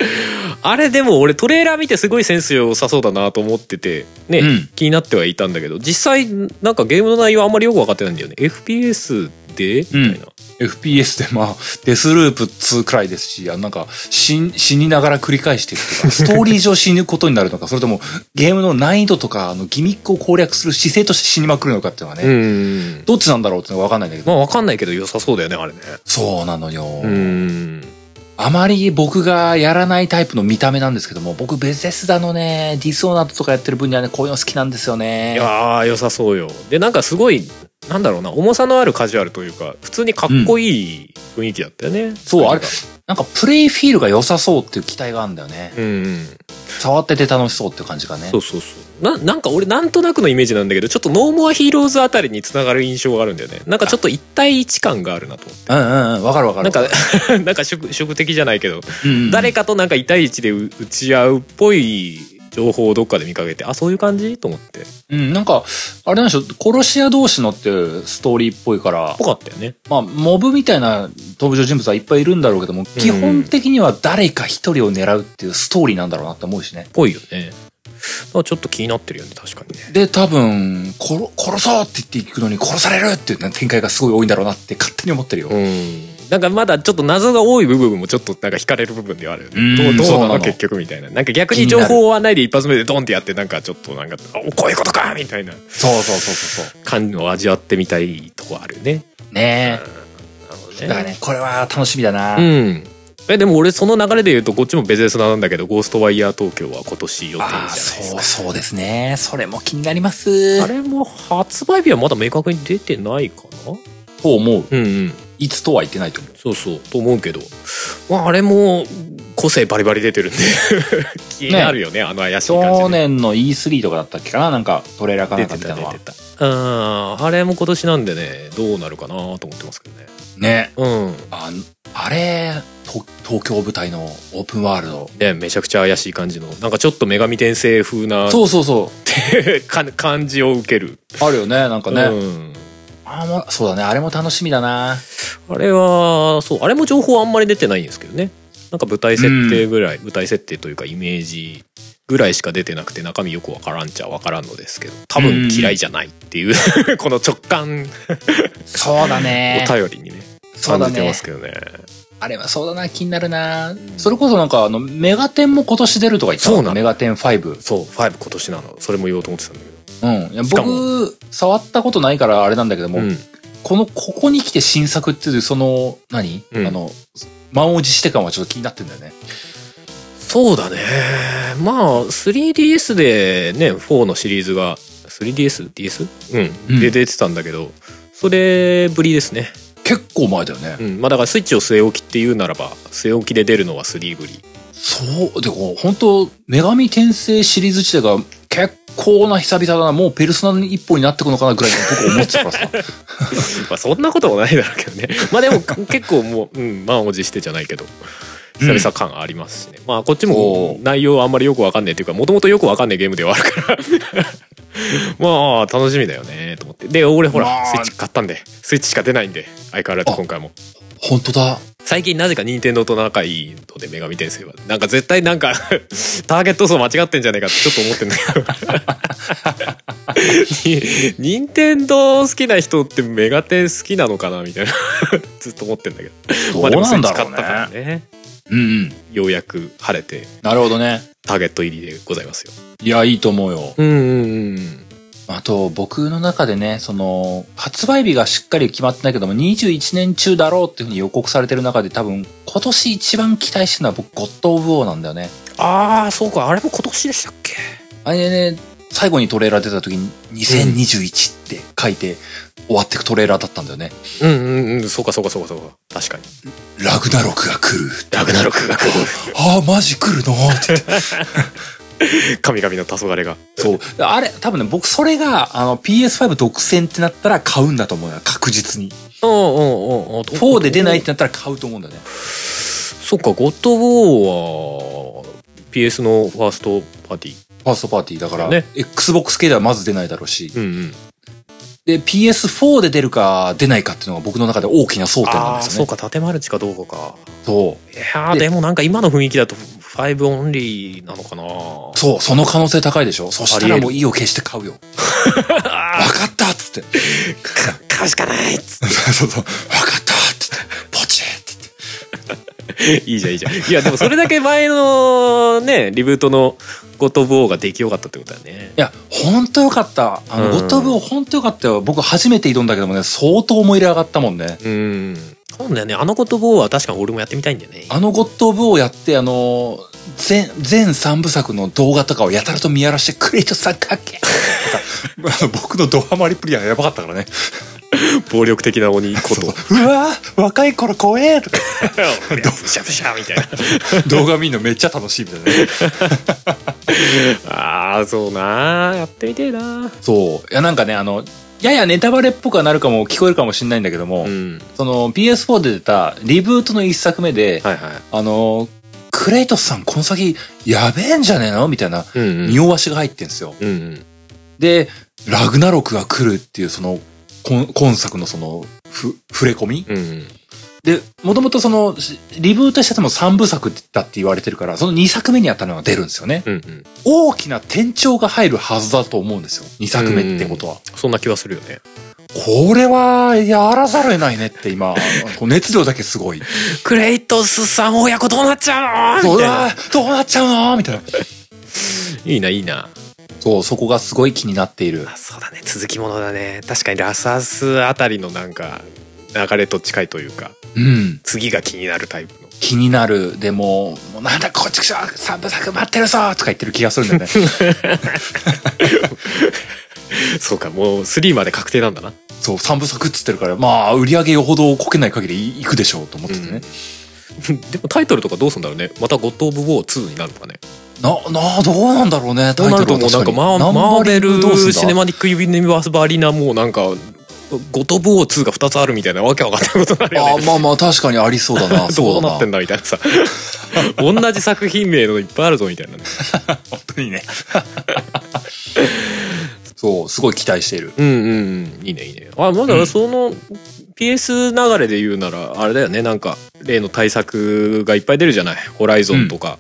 あれでも俺トレーラー見てすごいセンス良さそうだなと思ってて、ね、
うん
気になってはいたんだけど、実際なんかゲームの内容あんまりよく分かってないんだよね。FPS でみたいな。
FPS でまあ、デスループ2くらいですし、あのなんか死ん、死にながら繰り返していくとか、ストーリー上死ぬことになるのか、それともゲームの難易度とか、あの、ギミックを攻略する姿勢として死にまくるのかっていうのはね、
うん。
どっちなんだろうっていうのがわかんないんだけど、
まあ分かんないけど良さそうだよね、あれね。
そうなのよ。
うん。
あまり僕がやらないタイプの見た目なんですけども、僕ベゼスダのね、ディソーナードとかやってる分にはね、こういうの好きなんですよ
い
ね。
やー良さそうよでなんかすごいなんだろうな重さのあるカジュアルというか普通にかっこいい雰囲気だったよね、
そう、あれ
作、
なんかプレイフィールが良さそうっていう期待があるんだよね。
りがうんうん
触ってて楽しそうっていう感じがね。
そうそうそうななんか俺なんとなくのイメージなんだけどちょっとノーモアヒーローズあたりにつながる印象があるんだよねなんかちょっと一対一感があるなと思って
うんうんうん、わかるわかる。
なんかなんか 職職的じゃないけど、
うんうん、
誰かとなんか一対一で打打ち合うっぽい情報をどっかで見かけてあそういう感じと思って
うん、なんか、あれなんでしょう、殺し屋同士のっていうストーリーっぽいから
ぽ、かったよね
まあ、モブみたいな登場人物はいっぱいいるんだろうけども、基本的には誰か一人を狙うっていうストーリーなんだろうなって思うしね。
ぽいよねあちょっと気になってるよね確かにね
で、多分、殺、殺そうって言っていくのに殺されるっていうね展開がすごい多いんだろうなって勝手に思ってるよ。
うん、なんかまだちょっと謎が多い部分もちょっとなんか惹かれる部分ではあるよ
うん
ねどうど
そう
う
な
な
の
の結局みたいななんか逆
気
に
にな
情
る
報はないで一発目でドンってやってなんかちょっとなんかあこういうことかみたいな
そうそうそうそうそ
感を味わってみたいとこあるよね。
う。ね
なるほ
え。だからね、これは楽しみだな。
うんえでも俺その流れで言うとこっちもベゼスナなんだけど「ゴーストワイヤー東京」は今年予定じゃな
あ
い
あ、
です
そ
か
う、そうですね。それも気になります。
あれも発売日はまだ明確に出てないかな
と思う。
うんうん
いつとは言ってないと思う。
そうそうと思うけど、まあ、あれも個性バリバリ出てるんで 気になるよねあの怪しい感じ
去
で
年の E3 とかだったっけかななんかトレーラーかな
出
んか
て
見た
た
のは
出てたうんあれも今年なんでねどうなるかなと思ってますけどね
ね
うん
ああれと東京舞台のオープンワールド
ねめちゃくちゃ怪しい感じのなんかちょっと女神転生風な
そうそうそ
か感じを受ける、
うあるよねなんかね、
うん
あもうそうだねあれも楽しみだな
あれはそうあれも情報あんまり出てないんですけどねなんか舞台設定ぐらい、舞台設定というかイメージぐらいしか出てなくて中身よくわからんちゃわからんのですけど多分嫌いじゃないっていう、 この直感
そうだね
お便りにね
そう
感
だ
じてま
ね
すけどね
あれはそうだな気になるな、それこそなんかあのメガテンも今年出るとか言ってた
そうなの
メガテン5
そう5今年なのそれも言おうと思ってたんだけ
うんいや
しかも
僕触ったことないからあれなんだけども、
ど、うん、
この、ここに来て新作っていう、その、何、
うん
あの、満を持して感はちょっと気になってんだよね。
そうだねまあ 3DS でね4のシリーズが 3DS?DS? うん、
うん
で出てたんだけどそれぶりですね
結構前だよね。
うんまあだからスイッチを据え置きっていうならば据え置きで出るのは3ぶり
そう、でも本当女神転生シリーズ自体が結構な久々だな、もうペルソナに一歩になってくのかなぐらいの僕思ってたからさ。
まあそんなこともないだろうけどね まあでも結構もう、うん、満を持してじゃないけど久々感ありますしね、まあこっちも
おー
内容はあんまりよくわかんないっていうかもともとよくわかんないゲームではあるから まあ楽しみだよねと思ってで俺ほら、
まあ
スイッチ買ったんでスイッチしか出ないんで相変わらず今回も
本当だ。
最近なぜか任天堂と仲いいので女神転生はなんか絶対なんか ターゲット層間違ってんじゃねえかってちょっと思ってんだけど に任天堂好きな人ってメガテン好きなのかなみたいなずっと思ってんだけど
ど
まあ
う
でも
なんだろう
スイッチ買ったから
ね。
ね
うんうん。
ようやく晴れて
なるほどね。
ターゲット入りでございますよ
いや、いいと思うよ。
うんうんうん
あと、僕の中でね、その、発売日がしっかり決まってないけども、21年中だろうっていうふうに予告されてる中で、多分、今年一番期待してるのは僕、ゴッド・オブ・オーなんだよね。
ああそうかあれも今年でしたっけ
あれね、最後にトレーラー出た時に、2021って書いて、終わってくトレーラーだったんだよね。
うんうんうんそうかそうかそうかそうか確かに
ラグナロクが来る。
ラグナロクが来る
ああ、マジ来るのって言って。
神々の黄昏が
そう。あれ、多分ね、僕、それが、あの、PS5 独占ってなったら買うんだと思うよ。確実に。
うんうんうんうん
4で出ないってなったら買うと思うんだよね。
そっか、ゴッドウォーは PS のファーストパーティー。
ファーストパーティーだから、
ね
Xbox 系ではまず出ないだろうし。
うんうん。
で、PS4 で出るか出ないかっていうのが僕の中で大きな争点なん
ああー、
です
そ
よ
う
ね。
か、縦マルチかどうかか。
そう。
いやー
で
でもなんか今の雰囲気だと5オンリーなのかな わ
そう、その可能性高いでしょそした
あ
ら
りえる
もう意を決して買うよ。わかったっつって。
買うしかないっつっ
そうそう。わかったっつって。ポチッつって。
て いいじゃんいいじゃん。いや、でもそれだけ前のね、リブートのゴッドウォーができよかったってことだよね。
いや、ほんとよかった。あの、
うん
ゴッドオブオーほんとよかったよ。僕初めて挑んだけどもね、相当思い入れ上がったもんね。
うん。そうだよね。あのゴッドウォーは確かに俺もやってみたいんだよね。
あのゴッドオブオーやって、あの、全、全3部作の動画とかをやたらと見やらして、クレイトさんかっ けーあの僕のドハマりっぷりはやばかったからね。
暴力的な鬼 こ
そう
と。
うわー若い頃怖えとか
ブシャブシャみたいな。
動画見るのめっちゃ楽しいみたいなね。
ああ、そうなー。やってみてえなー。
そう。いや、なんかね、あの、ややネタバレっぽくはなるかも、聞こえるかもしれないんだけども、
うん。
その PS4 で出たリブートの一作目で、
はいはい。
あの、クレイトスさんこの先やべえんじゃねえのみたいな
うんうん
匂わしが入ってんですよ。
うんうん
で、ラグナロクが来るっていうその、こん今作のその、ふ、触れ込み
うんうん
で、もともとその、しリブートしてても3部作だって言われてるから、その2作目にあったのが出るんですよね。
うんうん
大きな転調が入るはずだと思うんですよ。2作目ってことは。
そんな気はするよね
これは、やらざるを得ないねって 今、こう熱量だけすごい。
クレイトスさん親子どうなっちゃう
そう
み
うわ
たい
ーどうなっちゃうのみたいな。
ないいないいな
そう、そこがすごい気になっている。
あそうだね続きものだね確かにラサスあたりのなんか流れと近いというか
うん。
次が気になるタイプの
気になる。でも、もうなんだこっちくしょ !3 部作待ってるぞとか言ってる気がするんだよね。
そうかもう3まで確定なんだな
そう、3部作っつってるから、まあ、売り上げよほどこけない限りいくでしょうと思っててね。
でもタイトルとかどうすんだろうねまた「ゴッド・オブ・ウォー2」になるのかね
な、なあ、どうなんだろうね、
と
タイ
な
ト
る
ル
と
は
も
確か
うなんか
に。
マーマーベル
どうすんだ
シネマティック・ユニバース・バリーナもうなんか「ゴッド・オブ・ウォー2」が2つあるみたいなわけわかんないことになるよね
あーまあまあ、確かにありそうだ な。
ど
そう
うな
だ
ってん
な。
だみたいなさ 同じ作品名のいっぱいあるぞみたいなね
本当にね。そう、すごい期待している。
うんうんうんいいねいいねあまだその PS 流れで言うならあれだよねなんか例の対策がいっぱい出るじゃない「ホライゾン」とか、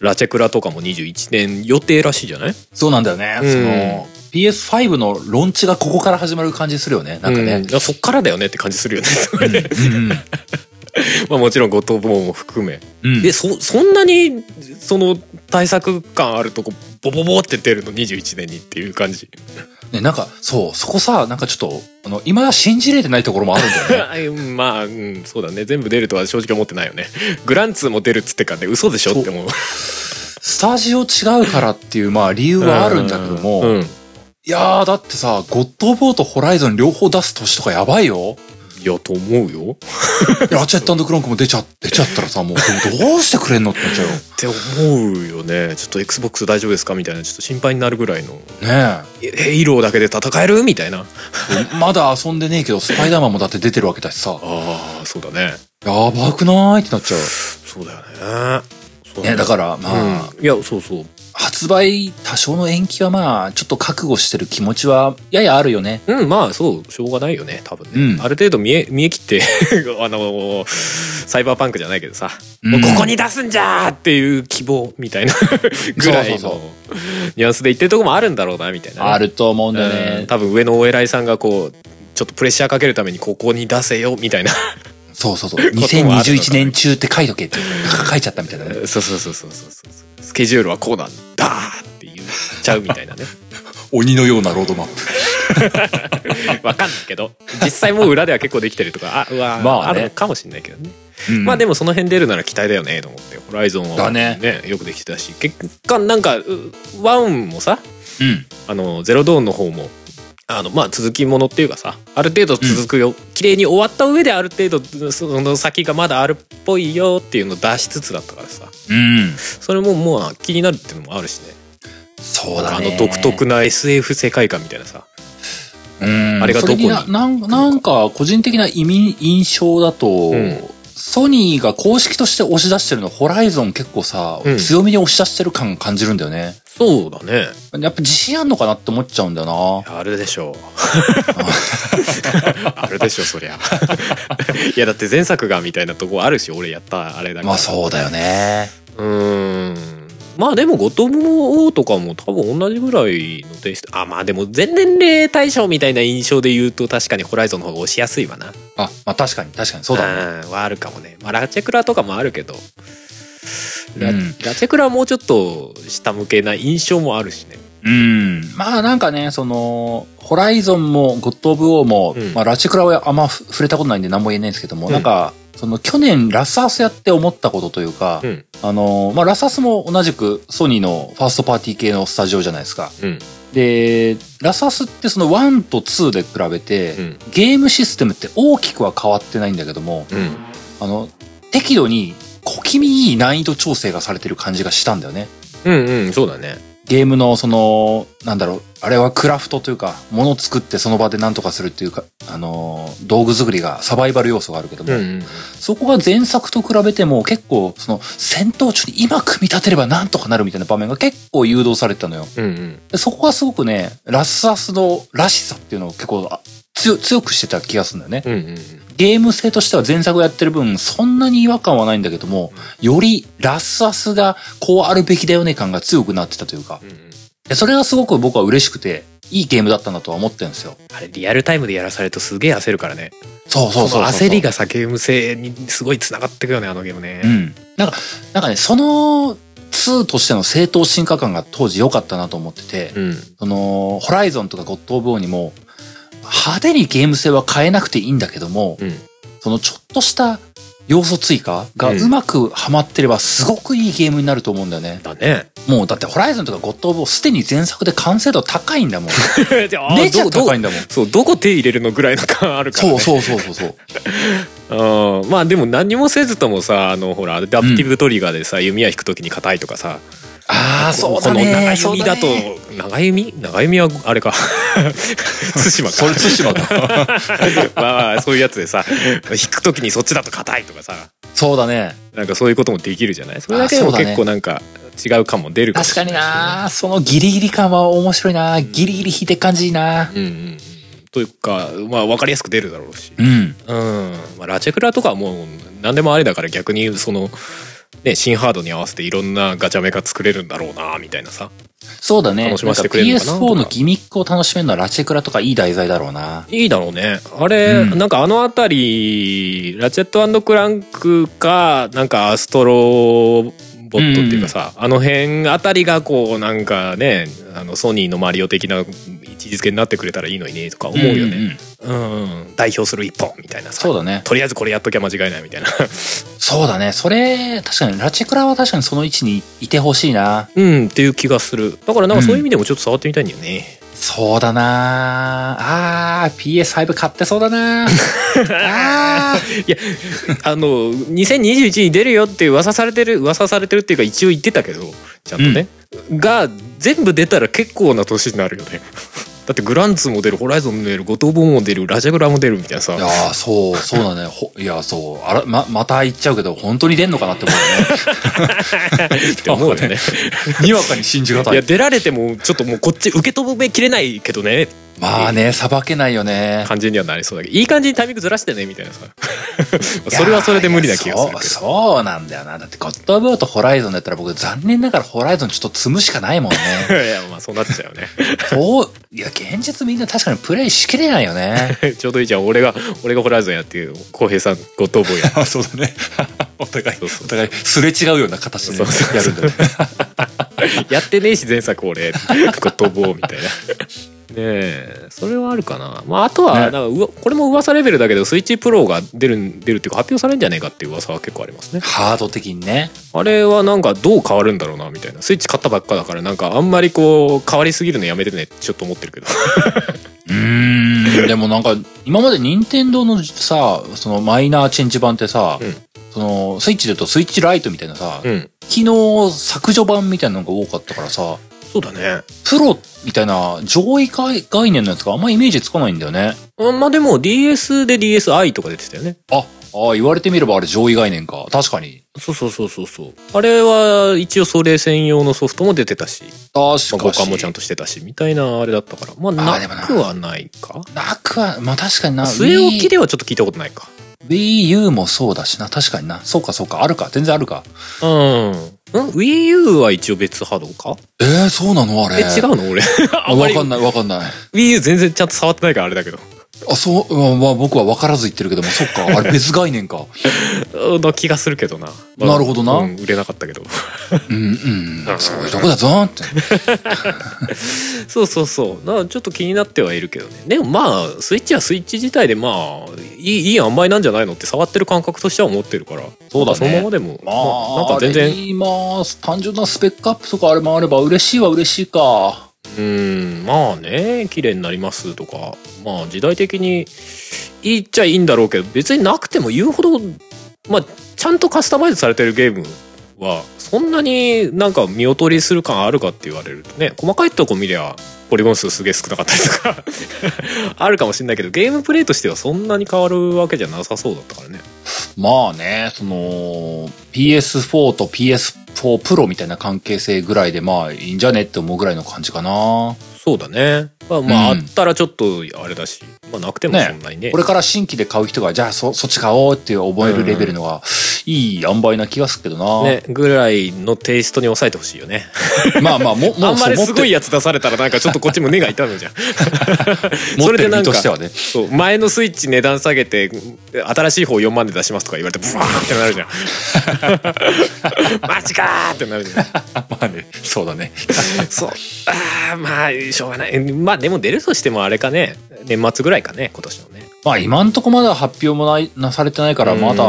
ラチェクラ」とかも21年予定らしいじゃない
そうなんだよね。
うん
その、PS5 のローンチがここから始まる感じするよね。なんか
う
ね
ん。いやそっからだよねって感じするよね
うん
まあもちろん「ゴッド・オブ・ウォーも含め
うんうん
でそそんなにその対策感あるとこボボボって出るの21年にっていう感じ
ね、なんか、そう、そこさ、なんかちょっと、あの、未だ信じれてないところもある んだよね。
うんまあ、うん、そうだね全部出るとは正直思ってないよね グランツーも出るっつってからね嘘でしょって思う
スタジオ違うからっていう、まあ理由はあるんだけども、
うん、
いやー、だってさ、ゴッド・オブ・オーとホライゾン両方出す年とかやばいよ。
いやと思うよ
いやラチェットクロンクも出ちゃ、 出ちゃったらさ、もうどうしてくれんのってなっちゃう
って思うよねちょっと XBOX 大丈夫ですかみたいなちょっと心配になるぐらいの
よ。ね
えヘイローだけで戦えるみたいな
え。まだ遊んでねえけど、スパイダーマンもだって出てるわけだしさ、
ああそうだね
やばくないってなっちゃう。
そうだよねそう
ね、だから、まあ、
うん、いやそうそう
発売多少の延期はまあ、ちょっと覚悟してる気持ちは、ややあるよね。
うんまあそうしょうがないよね多分ね、
うん
ある程度見え見え切って あのサイバーパンクじゃないけどさ、
うん
もうここに出すんじゃーっていう希望みたいな ぐらいの
そうそう
ニュアンスで言ってるとこもあるんだろうなみたいなね、
あると思うんだよ
うん
ね。
多分上のお偉いさんがこうちょっとプレッシャーかけるためにここに出せよみたいな
そう そうそう。
もあるのかな
2021年中って書いとけって、書いちゃったみたいなね。
そうそうそうそうそうそうスケジュールはこうなんだーって言っちゃうみたい なね
鬼のようなロードマップ。
わかんないけど実際もう裏では結構できてるとかあうわー、
まあ
あ
ね
るのかもしれないけどね
うん
まあでもその辺出るなら期待だよねと思って「ホライゾンは
だね
よくできてたし結果なんかうワンもさ
うん。
あのゼロドーンの方もあのまあ続きものっていうかさある程度続くよ、綺麗に終わった上である程度その先がまだあるっぽいよっていうのを出しつつだったからさ
うん。
それももう気になるっていうのもあるしね
そうだ
あ
ね。
の独特な SF 世界観みたいなさ
うん。
あれがどこに
そななんなんか、個人的な意味、印象だと、
ん
ソニーが公式として押し出してるの、ホライゾン結構さ、
うん
強みに押し出してる感感じるんだよね。
そうだね
やっぱ自信あんのかなって思っちゃうんだよな。
あるでしょう あるでしょそりゃ いやだって前作がみたいなとこあるし俺やったあれだから
まあそうだよね。
うーんまあでも「ゴトム王」とかも多分同じぐらいのテイストあまあでも全年齢対象みたいな印象で言うと確かに「ホライゾン」の方が押しやすいわな
あ、まあ確かに確かにそうだね。
ねはあるかもね、まあ、ラチェクラとかもあるけどラ,、
うん
ラチェクラはもうちょっと下向けな印象もあるしね
うん。まあなんかね、その、ホライゾンもゴッド・オブ・オーも、
うん
まあラチクラはあんまふ触れたことないんで何も言えないんですけども、
うん
なんか、その去年ラスアスやって思ったことというか、
うん
あの、まあラスアスも同じくソニーのファーストパーティー系のスタジオじゃないですか。
うん
で、ラスアスってその1と2で比べて、
うん
ゲームシステムって大きくは変わってないんだけども、
うん
あの、適度に小気味いい難易度調整がされてる感じがしたんだよね。
うんうんそうだね
ゲームのその、なんだろう、あれはクラフトというか、物を作ってその場で何とかするっていうか、あのー、道具作りがサバイバル要素があるけど
う
も、
んうん
そこが前作と比べても結構、その、戦闘中に今組み立てれば何とかなるみたいな場面が結構誘導されてたのよ。
うんうん
でそこがすごくね、ラスアスのらしさっていうのを結構あ強強くしてた気がするんだよね。
うんうん
ゲーム性としては前作をやってる分、そんなに違和感はないんだけども、よりラスアスがこうあるべきだよね感が強くなってたというか
う、んうん
でそれがすごく僕は嬉しくて、いいゲームだったんだとは思ってるんですよ。
あれリアルタイムでやらされるとすげえ焦るからね
そうそうそうそう
この焦り。がさゲーム性にすごいつながってくよねあのゲームね
うん。なんか、なんかね、その2としての正当進化感が当時良かったなと思ってて、
うん
その、ホライゾンとかゴッド・オブ・オーにも、派手にゲーム性は変えなくていいんだけども、
うん
そのちょっとした要素追加が
うん
うまくハマってればすごくいいゲームになると思うんだよね。
だね
もうだってホライゾンとかゴッド・オブ・オーすでに前作で完成度高いんだ もん。
じゃあ
めちゃ
どど
高いんだもん。
そうどこ手入れるのぐらいの感あるから
そ
ね
うそうそうそうそう。
うんまあでも何もせずともさあのほらアダプティブトリガーでさ、弓矢引くときに硬いとかさ
ああ、そう
こ
だ
の
ね。
長弓だと
そうね
長弓長弓はあ れか対馬
それ
か
対馬か。
まあまあそういうやつでさ引くときにそっちだと硬いとかさ
そうだね。
なん かそういうこともできるじゃないそれだけで
あ
も
そうだね
結構なんか違う感も出るかも
確
し
か
れな
に
いし
な。そのギリギリ感は面白いな。ギリギリ引いてる感じいいな。
うんうんうんというかまあ分かりやすく出るだろうし
うん。
うん、まあ、ラチェクラとかはもう何でもあれだから逆にそのね新ハードに合わせていろんなガチャメが作れるんだろうなみたいなさ
そうだね。なんか
楽しませてくれるのかな
PS4 のギミックを楽しめるのはラチェクラとかいい題材だろうな。
いいだろうねあれ、
うん
なんかあの辺りラチェットクランクかなんかアストロボットっていうかさ、あの辺あたりがこうなんかねあのソニーのマリオ的な位置位置づけになってくれたらいいのにねとか思うよ
ん
ね、
ん
うんうん代表する一本みたいなさ
そうだね
とりあえずこれやっときゃ間違いないみた いな
そうだねそれ確かにラチェクラは確かにその位置にいてほしいな
うんっていう気がするだからなんかそういう意味でもちょっと触ってみたいんだよね、
そうだなあー PS5 買ってそうだ なあー
いやあの2021に出るよって噂されてる噂されてるっていうか一応言ってたけどちゃんとね、が全部出たら結構な年になるよね だってグランツーも出るホライゾンも出るゴトーボンも出るラジャグラも出るみたいないさ
やーそうそうだねほいやーそうあらままた言っちゃうけど本当に出んのかなって思 うよね
って思うよね
にわかに信じがた
い
い
や出られてもちょっともうこっち受け止めきれないけどね
まあねさばけないよね
感じにはなりそうだけどいい感じにタイミングずらしてねみたいなさそれはそれで無理な気
い
がするけ
や
ど
ーそうそうなんだよなだってゴッド・オブ・ウォーとホライゾンだったら僕残念ながらホライゾンちょっと積むしか ないもんね
いやまあそうなっちゃうよね
そういや現実みんな確かにプレイしきれないよね
ちょうどいいじゃん俺が俺がホライゾンやっていう浩平さんゴトーボンや
あ そうだね お互い
そうそう
お互いすれ違うような形で
そうそう
やるんだね
やってねえし前作俺飛ぼうみたいな。ねえそれはあるかな、まあ、あとは
ね
なんかうわこれも噂レベルだけどスイッチプロが出るん出るっていうか発表されるんじゃねえかっていう噂は結構ありますね
ハード的にね
あれはなんかどう変わるんだろうなみたいなスイッチ買ったばっかだからなんかあんまりこう変わりすぎるのやめてねってちょっと思ってるけど
うーんでもなんか今まで任天堂のさそのマイナーチェンジ版ってさ、
うん
そのスイッチで言うとスイッチライトみたいなさ、
うん
機能削除版みたいなのが多かったからさ
そうだね
プロみたいな上位概概念のやつがあんまイメージつかないんだよね。
あまあでも DS で DSi とか出てたよね
あ、ああ言われてみればあれ上位概念か。確かに。
そうそうそうそうそうあれは一応それ専用のソフトも出てたしま
確
あ
かに。
互換もちゃん
と。
としてたしみたいなあれだったからま
あ
あ
ーでもな
なくはないか
なくは、まあ確かにな。
据え置き
Wii-
ではちょっと聞いたことないか
Wii U もそうだしな。確かにな。そうかそうか。あるか。全然あるか。
うんん WiiU は一応別波動か
えー、そうなのあれ。
え違うの俺 あんま
わ
り
かんないわかんない。
WiiU 全然ちゃんと触ってないからあれだけど
あ、そう、まあ、まあ僕は分からず言ってるけども、そっか。 あれ別概念か。
うんな気がするけどな、まあ
なるほどな
うん売れなかったけど
うんうん。そういうとこだぞって。
そうそうそうなちょっと気になってはいるけどねでもまあスイッチはスイッチ自体でまあいいいい塩梅なんじゃないのって触ってる感覚としては思ってるから
そうだね
なんかそのままでも、
まあ、
ななんか全
あれ
然
言います。単純なスペックアップとかあれもあれば嬉しいは嬉しいか。
うんまあね綺麗になりますとかまあ時代的にいいっちゃいいんだろうけど別になくても言うほどまあちゃんとカスタマイズされてるゲームはそんなになんか見劣りする感あるかって言われるとね細かいとこ見りゃポリゴン数すげえ少なかったりとか あるかもしれないけどゲームプレイとしてはそんなに変わるわけじゃなさそうだったからね
まあね、その PS4 と PS4 Pro みたいな関係性ぐらいでまあいいんじゃねって思うぐらいの感じかな。
そうだねまあ、まあ
うん
あったらちょっとあれだし、まあ、なくても
ね
そんなにね
これから新規で買う人がじゃあそそっち買おうって覚えるレベルのがいい塩梅な気がするけどな。
ねぐらいのテイストに抑えてほしいよね
まあまあもも
あ
うん
ま
そう
り
持っ
すごい
て
やつ出されたらなんかちょっとこっち胸が痛 むじゃん
持っ
それ
てる
でな
身
ん
と
か
してはね。
そう前のスイッチ値段下げて新しい方4万で出しますとか言われてブワーってなるじゃん マジかーってなるじゃん
まあね、 そうだね。
そうあーまあしょうがないまあでも出るとしてもあれかね年末ぐらいかね今年のね
まあ今んとこまだ発表もないなされてないから
うん
まだ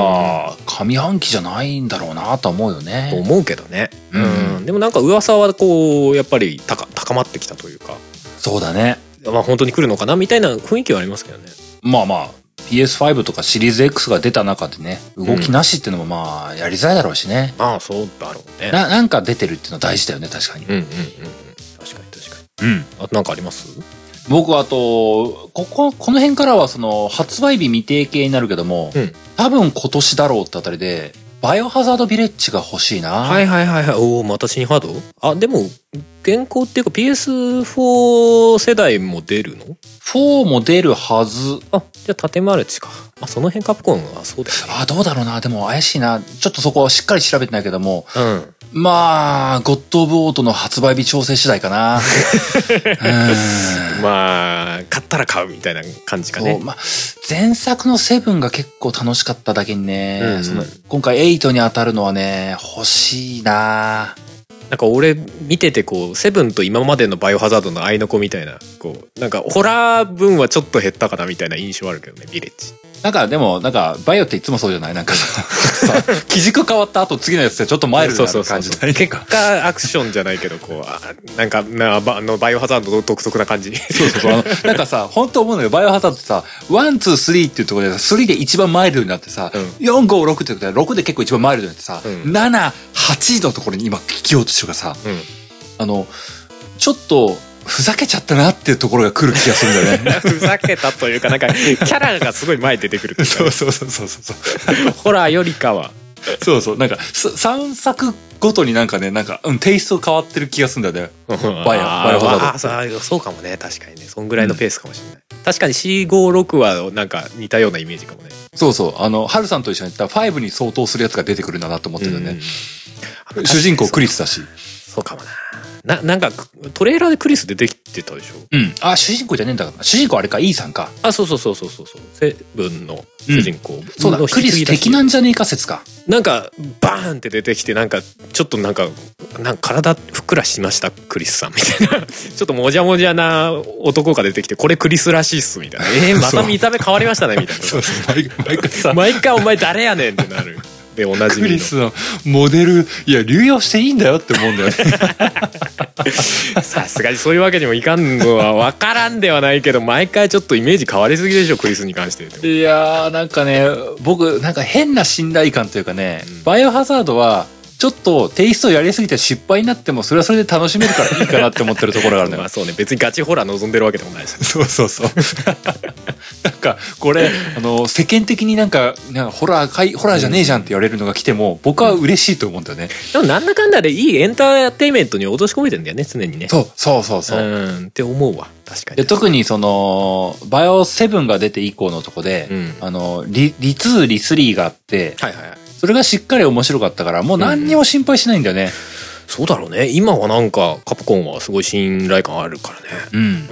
上半期じゃないんだろうなとは思うよ
と
ね。
思うけどね
うん
うんでもなんか噂はこうやっぱり高高まってきたというか
そうだね。
まあ本当に来るのかなみたいな雰囲気はありますけどね
まあまあ、PS5 とかシリーズ X が出た中でね、動きなしってのもまあ、やりづらいだろうしね。
まあそうだろうね
な、なんか出てるっていうのは大事だよね、確かに。
うんうんうんうん確かに確かに
うん。
あとなんかあります
僕はあと、ここ、この辺からはその、発売日未定系になるけども、
うん
多分今年だろうってあたりで、バイオハザードビレッジが欲しいな。
はいはいはいはいおおまた新ハードあでも現行っていうか PS4 世代も出るの
4も出るはず。
あじゃあ縦マルチかあその辺カプコンはそうだ
あ、どうだろうな。でも怪しいな。ちょっとそこはしっかり調べてないけども、
よね
まあ、ゴッド・オブ・オートの発売日調整次第か な。うーん
うんまあ買ったら買うみたいな感じか
そう
ね
まあ、前作のセブンが結構楽しかっただけにね、
うんうん
その今回エイトに当たるのはね、欲しいな
なんか俺見ててこう「セブンと今までの「バイオハザード」の合いの子みたいなこうなんかホラー分はちょっと減ったかなみたいな印象あるけどねビレッジ
なんかでも、なんか、バイオっていつもそうじゃない なんかさ、さ基軸変わった後次のやつでちょっとマイルドになる感じだね。
結果アクションじゃないけどこうあなんかなばあのバイオハザードの独特な感じ
そうそう そう。あの、なんかさ、本当思うのよ。バイオハザードってさ、ワン、ツー、スリーっていうところでさ、3で一番マイルドになってさ、
うん
4、5、6ってことで、6で結構一番マイルドになってさ、
うん
7、8のところに今聞きようとしてるからさ、
うん
あの、ちょっと、ふざけちゃったなっていうところが来る気がするんだよ ね。
ふざけたというかなんかキャラがすごい前に出てくるというか
そうそうそうそうそう。
ホラーよりかは
そうそう。なんか、3作ごとになんかね、なんか、うん、テイスト変わってる気がするんだよね。
バイオ
バイオハザード
そうそうかもね確かにねそんぐらいのペースかもしれない、確かに456はなんか似たようなイメージかもね
そうそう。あの、ハルさんと一緒に行った5に相当するやつが出てくるんだなと思ってるよね。主人公ク
リ
リスだし。
そうかもなななんかトレーラーでクリス出てきてたでしょ
うん。あ、主人公じゃねえんだから。主人公あれか、イーさんか。
あそうそうそうそうそうそうセブンの主人公、
そうだ、
の引
クリ
き継
ス
ぎ
敵なんじゃねえか説か。
なんかバーンって出てきてなんかちょっとなんかなんか体ふっくらしましたクリスさんみたいな ちょっともじゃもじゃな男が出てきてこれクリスらしいっすみたいな えー、また見た目変わりましたねみたいな
う そう。毎回さ
毎回お前誰やねんってなるでおなじ
ク
みの
リスのモデル、いや、流用していいんだよって思うんだよね。
さすがにそういうわけにもいかんのは分からんではないけど毎回ちょっとイメージ変わりすぎでしょクリスに関して
いやー、なんかね、僕、なんか変な信頼感というかね、バイオハザードは、ちょっとテイストをやりすぎて失敗になっても、それはそれで楽しめるからいいかなって思ってるところがあるの
ま
よ
あ。そうね別にガチホラー望んでるわけでもないし
そうそうそう。 なんか、これ、あの、世間的になんか、なんかホラーかい、ホラーじゃねえじゃんって言われるのが来ても、僕は嬉しいと思うんだよね。
でもなんだかんだでいいエンターテインメントに落とし込めてんだよね常にね
そう、そうそうそう。
んって思うわ確か
で
に
特にその、バイオ7が出て以降のとこで、
うん
あの、リ、リ2、リ3があって、
はいはいはい
それがしっかり面白かったから、もう何にも心配しないんだよね。
そうだろうね今はなんかカプコンはすごい信頼感あるからね
うん。
うん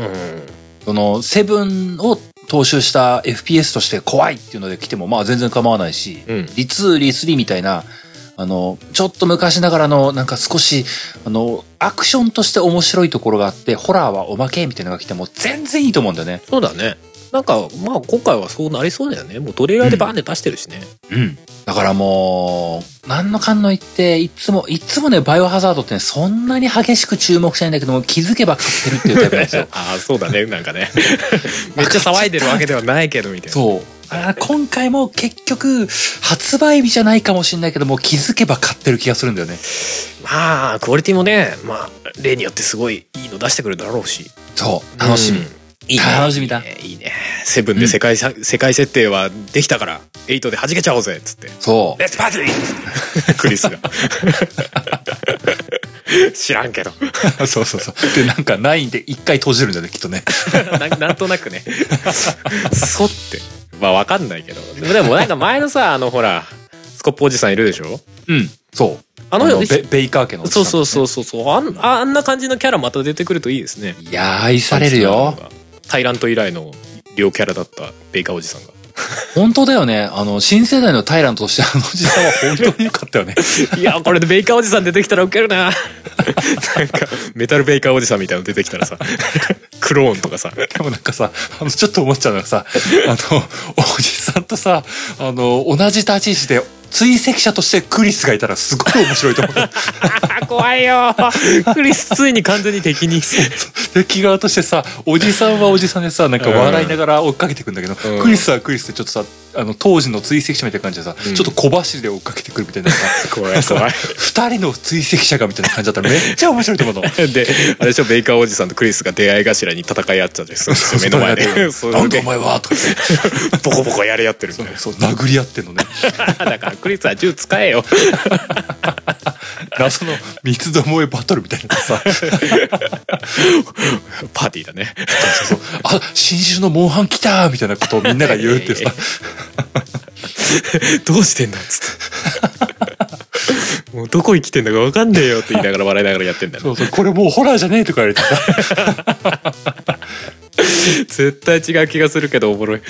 その、セブンを踏襲した FPS として怖いっていうので来ても、まあ全然構わないし、
うん
リツー、リスリーみたいな、あの、ちょっと昔ながらの、なんか少し、あの、アクションとして面白いところがあって、ホラーはおまけみたいなのが来ても、全然いいと思うんだよね。
そうだねなんかまあ今回はそうなりそうだよねもうトレーラーでバーンって出してるしね、。
うん。だからもう、何のかんの言って、いつも、いつもね、バイオハザードってね、そんなに激しく注目しないんだけども、気づけば買ってるっていうタイプなんですよ
ああそうだねなんか ねめっちゃ騒いでるわけではないけどみたい な
そう。あー今回も結局、発売日じゃないかもしれないけども、気づけば買ってる気がするんだよね。
まあクオリティもねまあ例によってすごいいいの出してくるだろうし
そう。楽しみ。
うん
いいね楽しみだ
いいねいいねセブンで世界,、世界設定はできたからエイトで弾けちゃおうぜっつって
そ
レッツパーティー クリスが知らん けど
う。そうそうそう。で、なんか、ナインで一回閉じるんだよね、きっとね。
ななんとなくねそってまあわかんないけどでもなんか前のさあのほらスコップおじさんいるでしょ
うん。そう。
あの
ベベイカー家のおじさ
そ
ん
うそうそうそうそうあんああんな感じのキャラまた出てくるといいですね
いやー、愛されるよ。
タイラント以来の両キャラだったベイカーおじさん が
本当だよね。あの、新世代のタイラントとして、あのおじさんは本当に良かったよね。
いやこれでベイカーおじさん出てきたらウケるななんかメタルベイカーおじさんみたいなの出てきたら さクローンとかさ
でもなんかさ、あの、ちょっと思っちゃうのがさ、あの、おじさんとさ、あの、同じ立ち位置で、追跡者としてクリスがいたらすごい面白いと思う。
あ怖いよクリスついに完全に敵に
敵側としてさ、おじさんはおじさんでさ、なんか
うん
笑いながら追っかけてくんだけど、
うん
クリスはクリスでちょっとさ、あの、当時の追跡者みたいな感じでさ、ちょっと小走りで追っかけてくるみたいなさ、
怖い怖い
二人の追跡者がみたいな感じだったらめっちゃ面白いと思うの。
であれでしょベイカーおじさんとクリスが出会い頭に戦い合っちゃって目の前で そう
なんでお前はとか言って
ボコボコやり合ってるみたいな
そう、殴り合ってん のね。
だからクリスは銃使えよ
謎の三つどもえバトルみたいなさ、
パーティーだね
あ、新種のモンハン来たみたいなことをみんなが言うってさ、
どうしてんだっつってもうどこ生きてんだか分かんねえよって言いながら笑いながらやってんだよ
そうそう、これもうホラーじゃねえとか言われてさ、
絶対違う気がするけどおもろい、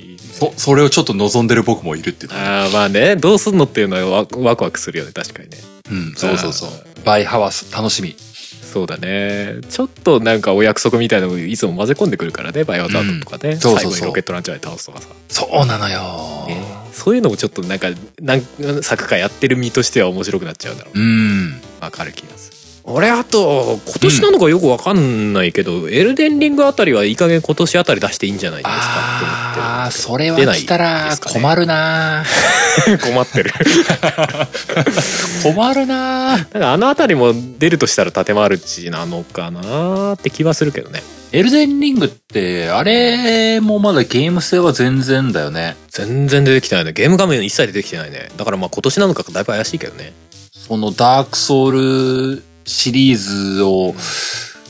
いいね
そそれをちょっと望んでる僕もいるっていう、
あーまあねどうすんのっていうのはワワクワクするよね確かにね
うん、そうそうそうバイハワス楽しみ
そうだねちょっとなんかお約束みたいなのをいつも混ぜ込んでくるからねバイオハザードとかね、
んそうそうそう
最後にロケットランチャーで倒すとかさ、
そうなのよ、
ねそういうのもちょっとなんか何作かやってる身としては面白くなっちゃうんだろう
うん
わかる気がする俺あと今年なのかよくわかんないけど、エルデンリングあたりはいい加減今年あたり出していいんじゃないですか
ああそれは
出ない
来たら
ですかね
困るな
って思ってる困 ってる
困るな
だからあのあたりも出るとしたら縦マルチなのかなーって気はするけどね
エルデンリングってあれもまだゲーム性は全然だよね
全然出てきてないねゲーム画面一切出てきてないねだからまあ今年なのかだいぶ怪しいけどね
そのダークソウルシリーズを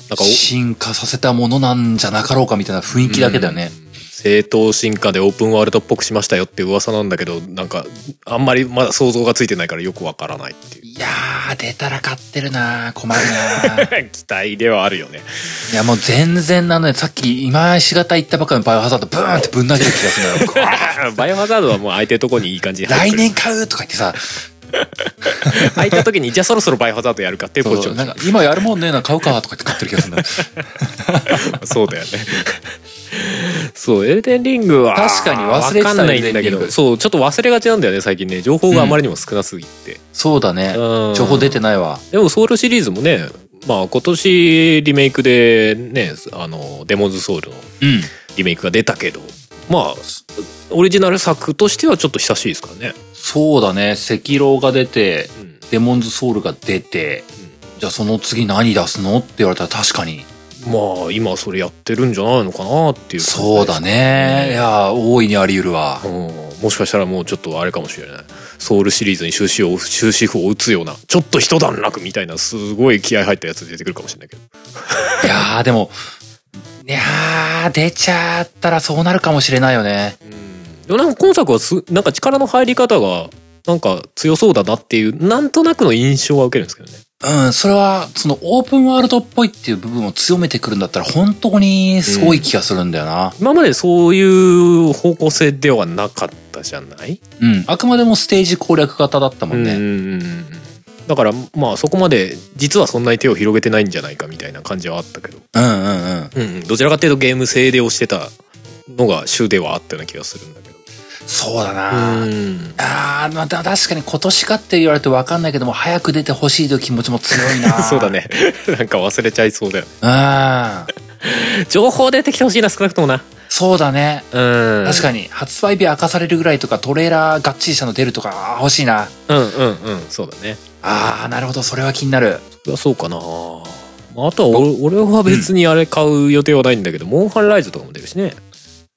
なんかお
進化させたものなんじゃなかろうかみたいな雰囲気だけだよね、
正当進化でオープンワールドっぽくしましたよって噂なんだけどなんかあんまりまだ想像がついてないからよくわからないっていう
いやー出たら買ってるなー困るなー
期待ではある よね
いやもう全然なのよさっき今しがた行ったばっかのバイオハザードブーンってぶん投げる気がするん だよこう
バイオハザードはもう空いてるとこにいい感じに
来
入ってくる
年買うとか言ってさ
空いた時にじゃあそろそろバイオハザードやるかっていうポジション
なん
そ
か今やるもんねえな買うかとか言って買ってる気がするんだよ
うだよねそうエルデンリングは
確かに忘れてた
わかんないん
エルデ
だ
ンリ
け
ン
ど
グ
そうちょっと忘れがちなんだよね最近ね情報があまりにも少なすぎて、
そうだね
うん
情報出てないわ
でもソウルシリーズもねまあ今年リメイクでねあのデモンズソウルの
うん
リメイクが出たけどまあオリジナル作としてはちょっと親しいですからね、
そうだね赤狼が出て
うん
デモンズソウルが出てじゃあその次何出すのって言われたら確かに
まあ今それやってるんじゃないのかなっていう感じです
そうだねいやー大いにあり得るわ
うんもしかしたらもうちょっとあれかもしれないソウルシリーズに終止を終止符を打つようなちょっと一段落みたいなすごい気合入ったやつ出てくるかもしれないけど
いやーでもいやー出ちゃったらそうなるかもしれないよね
でもなんか今作はすなんか力の入り方がなんか強そうだなっていうなんとなくの印象は受けるんですけどね
うん、それは、そのオープンワールドっぽいっていう部分を強めてくるんだったら本当にすごい気がするんだよな。
今までそういう方向性ではなかったじゃない
うん。あくまでもステージ攻略型だったもん
う
ね。
んだからまあそこまで実はそんなに手を広げてないんじゃないかみたいな感じはあったけど、
うん、うん、うんうん。
うんうんどちらかというとゲーム制でをしてたのが週ではあったような気がするんだけど
そうだな。
うん。
あーまあ、た確かに今年かって言われてわかんないけども、早く出てほしいという気持ちも強いな
そうだ。ねなんか忘れちゃいそうだよね
うん。
情報出てきてほしいな少なくともな
そうだね。
うん
確かに、発売日明かされるぐらいとか、トレーラーがっちりしたの出るとか、あー欲しいな。
にうんうんうんそうだね
あー、なるほど、それは気になる。
いやそうかなまああとはお俺は別にあれ買う予定はないんだけど、モンハンライズとかも出るしね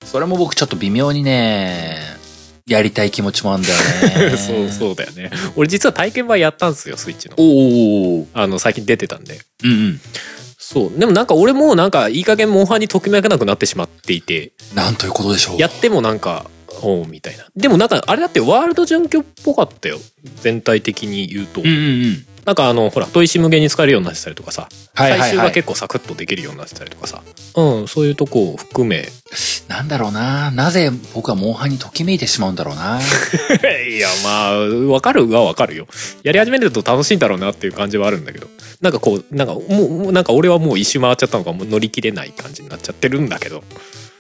それも僕ちょっと微妙にね、やりたい気持ちもあるんだよね。
そうそうだよね俺実は体験版やったんですよスイッチの
おお。
あの最近出てたんで
うんうん。
そうでもなんか俺もなんかいい加減モンハンにときめかなくなってしまっていて
なんということでしょう。
やってもなんかおうみたいなでもなんかあれだってワールド準拠っぽかったよ全体的に言うと、
うんうんうん。
なんかあのほら砥石無限に使えるようになってたりとかさ、
はいはいはい
最終が結構サクッとできるようになってたりとかさうんそういうとこを含 め
なんだろうな。なぜ僕はモンハンにときめいてしまうんだろうな。
いやまあわかるはわかるよやり始めると楽しいんだろうなっていう感じはあるんだけどなんかこうなんかもうもうなんか俺はもう一周回っちゃったのかもう乗り切れない感じになっちゃってるんだけど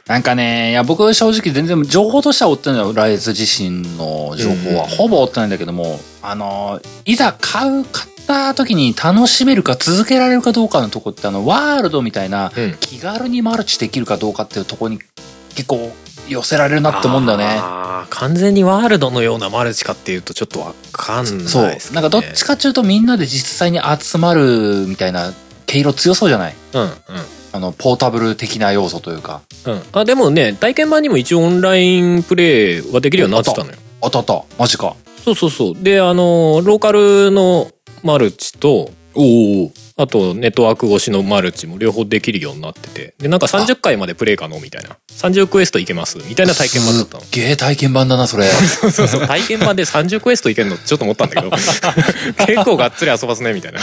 なんかね、いや僕正直全然情報としては追ってないのよ。ライズ自身の情報は
うん
ほぼ追ってないんだけども、あの、いざ買う、買った時に楽しめるか続けられるかどうかのとこってあの、ワールドみたいな、
うん
気軽にマルチできるかどうかっていうとこに結構寄せられるなって思うんだよね。
あー完全にワールドのようなマルチかっていうとちょっとわかんないです
そう
ね、。
なんかどっちかっていうとみんなで実際に集まるみたいな毛色強そうじゃない
うんうん
あの、ポータブル的な要素というか。
うん、あでもね体験版にも一応オンラインプレイはできるようになってたのよ
あったあった。マジか。
そうそうそうであのローカルのマルチと
おお。
あとネットワーク越しのマルチも両方できるようになっててでなんか30回までプレイ可能みたいな30クエストいけますみたいな体験版だったの
すっげえ体験版だな、そ れ。
そうそうそう体験版で30クエストいけるのちょっと思ったんだけ ど結構がっつり遊ばすねみたいな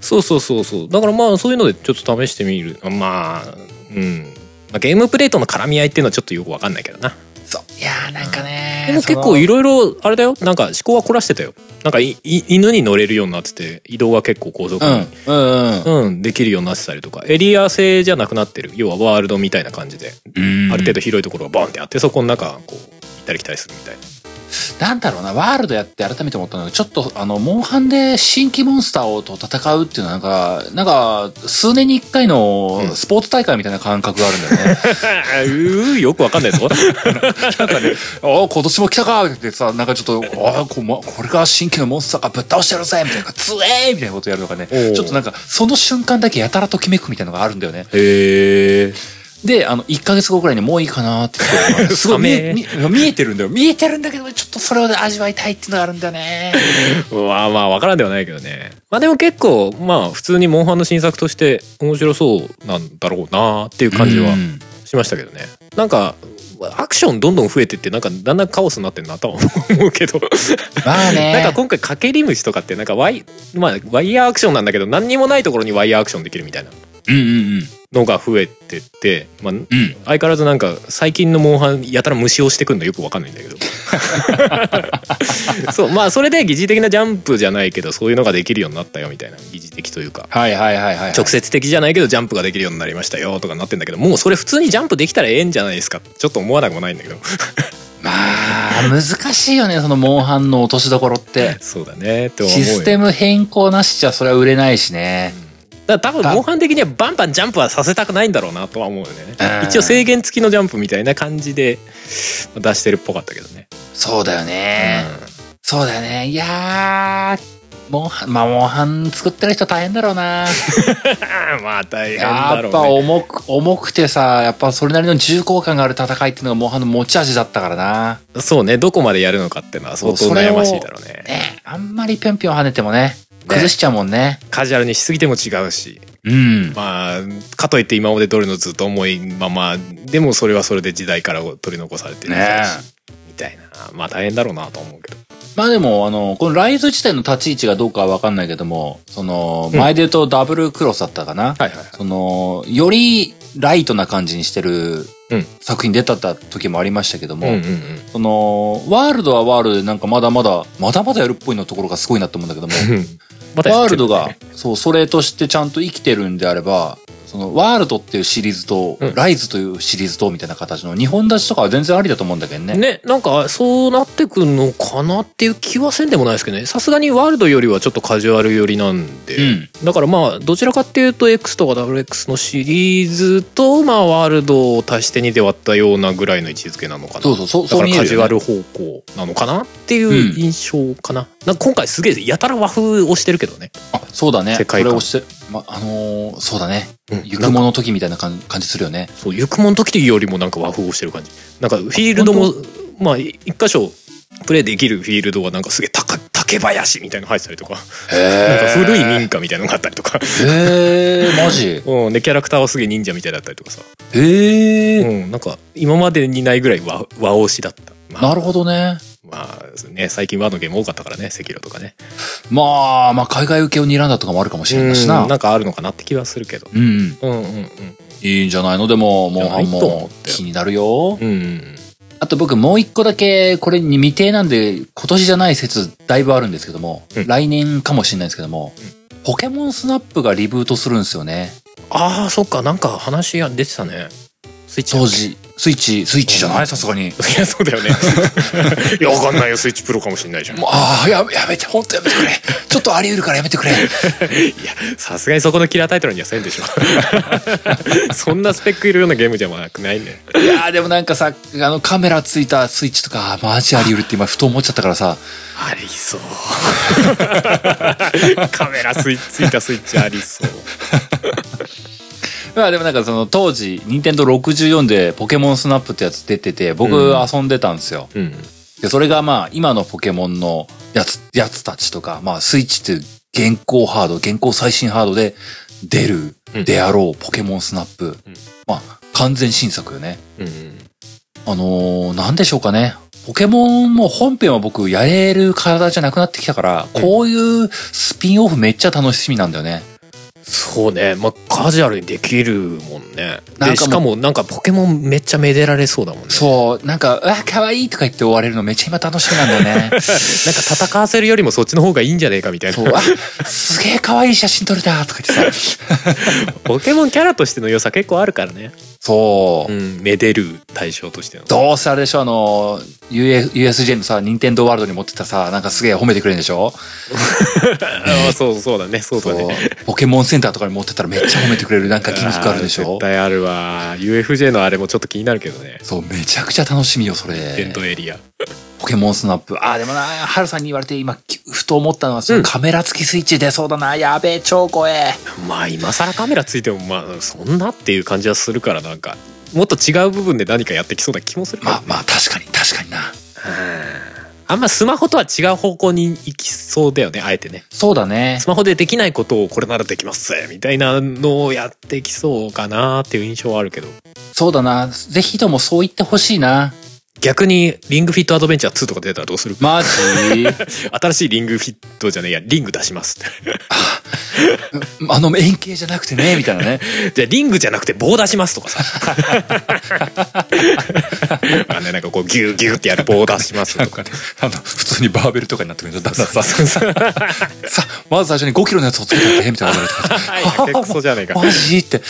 そうそうそうそうだからまあそういうのでちょっと試してみるまあうんまあ、ゲームプレイとの絡み合いっていうのはちょっとよくわかんないけどな
そういやーなんかね
でも結構いろいろあれだよなんか思考は凝らしてたよなんかいい犬に乗れるようになってて移動が結構高速
その
に、
うんうんうん
うんできるようになってたりとかエリア制じゃなくなってる要はワールドみたいな感じで、
うん
ある程度広いところがバンってあってそこの中こう行ったり来たりするみたいな
なんだろうな、ワールドやって改めて思ったのが、ちょっと、あの、モンハンで新規モンスターをと戦うっていうのは、なんか、なんか、数年に一回
う
の
ん
スポーツ大会みたいな感覚があるんだよ ね。
うーよくわかんないぞ
なんかね、ああ、今年も来たかってさ、なんかちょっと、ああ、こ,、ま、これが新規のモンスターがぶっ倒してやるぜみたいな、つえーみたいなことやるのがね、
おう
ちょっとなんか、その瞬間だけやたらときめくみたいなのがあるんだよね。
へえ
で、あの、1ヶ月後くらいにもういいかなって言って すごい見え見え見えてるんだよ。見えてるんだけど、ちょっとそれを味わいたいっていうのがあるんだよね。
まあまあわからんではないけどねまあでも結構まあ普通にモンハンの新作として面白そうなんだろうなっていう感じ
う
は
ん
しましたけどねなんかアクションどんどん増えてってなんかだんだんカオスになってんなとは思うけど
まあね。
なんか今回かけり虫とかってなんかワイ,、まあ、ワイヤーアクションなんだけど何にもないところにワイヤーアクションできるみたいな
うんうんうん。
のが増えてって、まあ、
うん。
相変わらずなんか最近のモンハンやたら虫をしてくんのよくわかんないんだ けどそうまあそれで疑似的なジャンプじゃないけどそういうのができるようになったよみたいな疑似的というか
はいはいはいはい。
直接的じゃないけどジャンプができるようになりましたよとかなってんだけどもうそれ普通にジャンプできたらええんじゃないですかちょっと思わなくもないんだけど
まあ、難しいよね、そのモンハンの落としどころって。
そうだねって思うよ
システム変更なしじゃそれは売れないしね。
だから多分モンハン的にはバンバンジャンプはさせたくないんだろうなとは思うよね
うん
一応制限付きのジャンプみたいな感じで出してるっぽかったけどね、
そうだよね。そうだよね。いやー。モンハン、まあ、モンハン作ってる人大変だろう な。
うんまあ大変だ
や
ろ
っぱ
うね
重く、重くてさ、やっぱそれなりの重厚感がある戦いっていうのがモンハンの持ち味だったからな。
そうねどこまでやるのかっていうのは相当
そうそれ
悩
を
ましいだろうね
ねあんまりぴょんぴょん跳ねてもね、崩しちゃうもんね。
カジュアルにしすぎても違うし
うん。
まあかといって今までどれのずっと重いままでもそれはそれで時代から取り残されてるし、
ね
みたいなまあ大変だろうなと思うけど
まあでも、あの、このライズ自体の立ち位置がどうかはわかんないけども、その、前で言うとダブルクロスだったかな。
はいはい
その、よりライトな感じにしてる
うん
作品出た時もありましたけども、
うんうんうん
その、ワールドはワールドでなんかまだまだ、まだまだやるっぽいのところがすごいなと思うんだけども、
またや
ワ
っ
ー
て
ルド
るね
が、そう、それとしてちゃんと生きてるんであれば、その、ワールドっていうシリーズと、
うん
ライズというシリーズと、みたいな形の、日本立ちとかは全然ありだと思うんだけどね。
ね、なんかそうなってくんのかなっていう気はせんでもないですけどねさすがにワールドよりはちょっとカジュアル寄りなんで、
うん。
だからまあどちらかっていうと X とか WX のシリーズとまあワールドを足して2で割ったようなぐらいの位置づけなのかな
そうそう、そう、
だ
そう
から
見えるよ
カ
ね
ジュアル方向なのかなっていう印象かな,、なんか今回すげえやたら和風をしてるけどね、
あ、そうだね。
世界
そ
観
れをして、ま、あのーそうだね。
うん
行くもの時みたいな感感じするよね。
そう行くもん時よりもなんか和風をしてる感じなんかフィールドもまあ一箇所プレイできるフィールドはなんかすげえ高竹林みたいなの入ってたりとかなんか古い民家みたいなのがあったりとか、
へえー、マ ジ。
うん、でキャラクターはすげえ忍者みたいだったりとかさ、
へえ
うん、なんか今までにないぐらい和和推しだった、ま
ー。
あ、
なるほどね。
まあね最近和のゲーム多かったからね赤色とかね
まあ、まあ、海外受けを睨んだとかもあるかもしれないしな。
うんなんかあるのかなって気はするけど
うんうん。
うんうんうん
いいんじゃないのでも、モンハン
いやいいと思
も
って
気になるよ。
うんうん
あと僕もう一個だけ、これに未定なんで、今年じゃない説だいぶあるんですけども、
うん
来年かもしれないですけども、ポケモンスナップがリブートするんですよね。
ああそっかなんか話が出てたねスイッチだっ
当
け
時、スイッチ、スイッチじゃないさすがに。
いやそうだよ ねいやわかんないよスイッチプロかもしんないじゃんい
もうああ、ややめて、ほんとやめ てくれ。ちょっとあり得るからやめてくれ。
やさすがにそこのキラータイトルにはせんでしょ そんなスペックいるようなゲームじゃなくないね
いやーでもなんかさ、あのカメラついたスイッチとか、マジあり得るって今ふと思っちゃったからさ、
ありそう カメラスイッチついたスイッチありそう
まあでもなんかその当時、任天堂64でポケモンスナップってやつ出てて、僕
うん
遊んでたんですよ。
うん
で、それがまあ今のポケモンのやつ、やつたちとか、まあスイッチっていう現行ハード、現行最新ハードで出る
うん
であろうポケモンスナップ。
うん
まあ完全新作よね。
うん
あのー、なんでしょうかね。ポケモンも本編は僕やれる体じゃなくなってきたから、こういうスピンオフめっちゃ楽しみなんだよね。
そそうね、まあ、カジュアルにできるもんね
な
で
んかもう
しかもなんかポケモンめっちゃめでられそうだもんね
そう、なんか、うわ、可愛いとか言って終われるのめっちゃ今楽しみなんだよ ね。
なんか戦わせるよりもそっちの方がいいんじゃねえかみたい
そう、
な
あ、すげえ可愛い写真撮れたとか言ってさ。
ポケモンキャラとしての良さ結構あるからね
そうう。
んめでる対象としての
どうせあれでしょあの、UF USJ のさ、任天堂ワールドに持ってったさ、なんかすげえ褒めてくれるんでしょ
ああ そうそうだねそうだね
そうポケモンセンターとかに持ってったらめっちゃ褒めてくれるなんか気づくあるでし
ー絶
ょ
対あるわ UFJ のあれもちょっと気になるけどね
そう、めちゃくちゃ楽しみよ、そ
イベン
れ。
トエリア
ポケモンスナップ。ああ、でもな、ハルさんに言われて今、きふと思ったのは、そのカメラ付きスイッチ出そうだな。やべえ、超怖え。
まあ今更カメラついてもまあそんなっていう感じはするからなんかもっと違う部分で何かやってきそうな気もするけど
まあまあ、確かに、確かにな。
あんまスマホとは違う方向に行きそうだよねあえてね
そうだね。
スマホでできないことをこれならできますぜみたいなのをやってきそうかなっていう印象はあるけど
そうだな。ぜひともそう言ってほしいな。
逆にリングフィットアドベンチャー2とか出たらどうする
マ ジ
新しいリングフィットじゃねえやリング出します
あの、円形じゃなくてね、みたいなね。
じゃあリングじゃなくて棒出しますとか さあのねなんかこうギューギューってやる棒出しますとか
あの、普通にバーベルとかになってくるんだんだんさ、
そうそうそう
さ、まず最初に5キロのやつをつけてみたいなこと言わ
はい 結構そうじゃねえ
れ
か
て。マジって。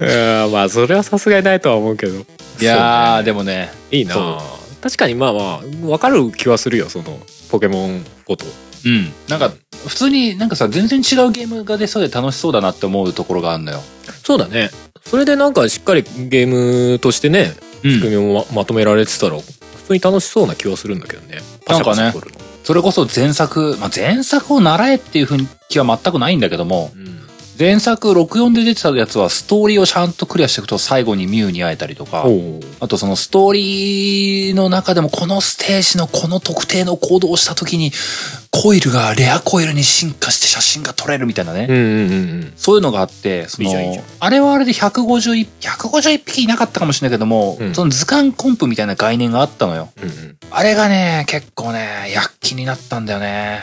うんまあそれはさすがにないとは思うけど
いやー、でもね、
いいなあ確かにまあまあ分かる気はするよそのポケモンフォト
うん。なんか、普通になんかさ、全然違うゲームが出そうで楽しそうだなって思うところがあるのよ。
そうだねそれでなんかしっかりゲームとしてね
う
仕
ん。
組みもままとめられてたら普通に楽しそうな気はするんだけどねパシャパシャ
なん
撮
か
るの
それこそ前作、まあ、前作を習えっていうふうに気は全くないんだけども、前作64で出てたやつはストーリーをちゃんとクリアしていくと最後にミュウに会えたりとか、
うんおう
あとそのストーリーの中でもこのステージのこの特定の行動をした時にコイルがレアコイルに進化して写真が撮れるみたいなね。
うんうんうん
そういうのがあって、その
いいじゃんいいじゃん
あれはあれで151、151匹いなかったかもしれないけども、
うん
その図鑑コンプみたいな概念があったのよ。
うんうん
あれがね、結構ね、躍起になったんだよね。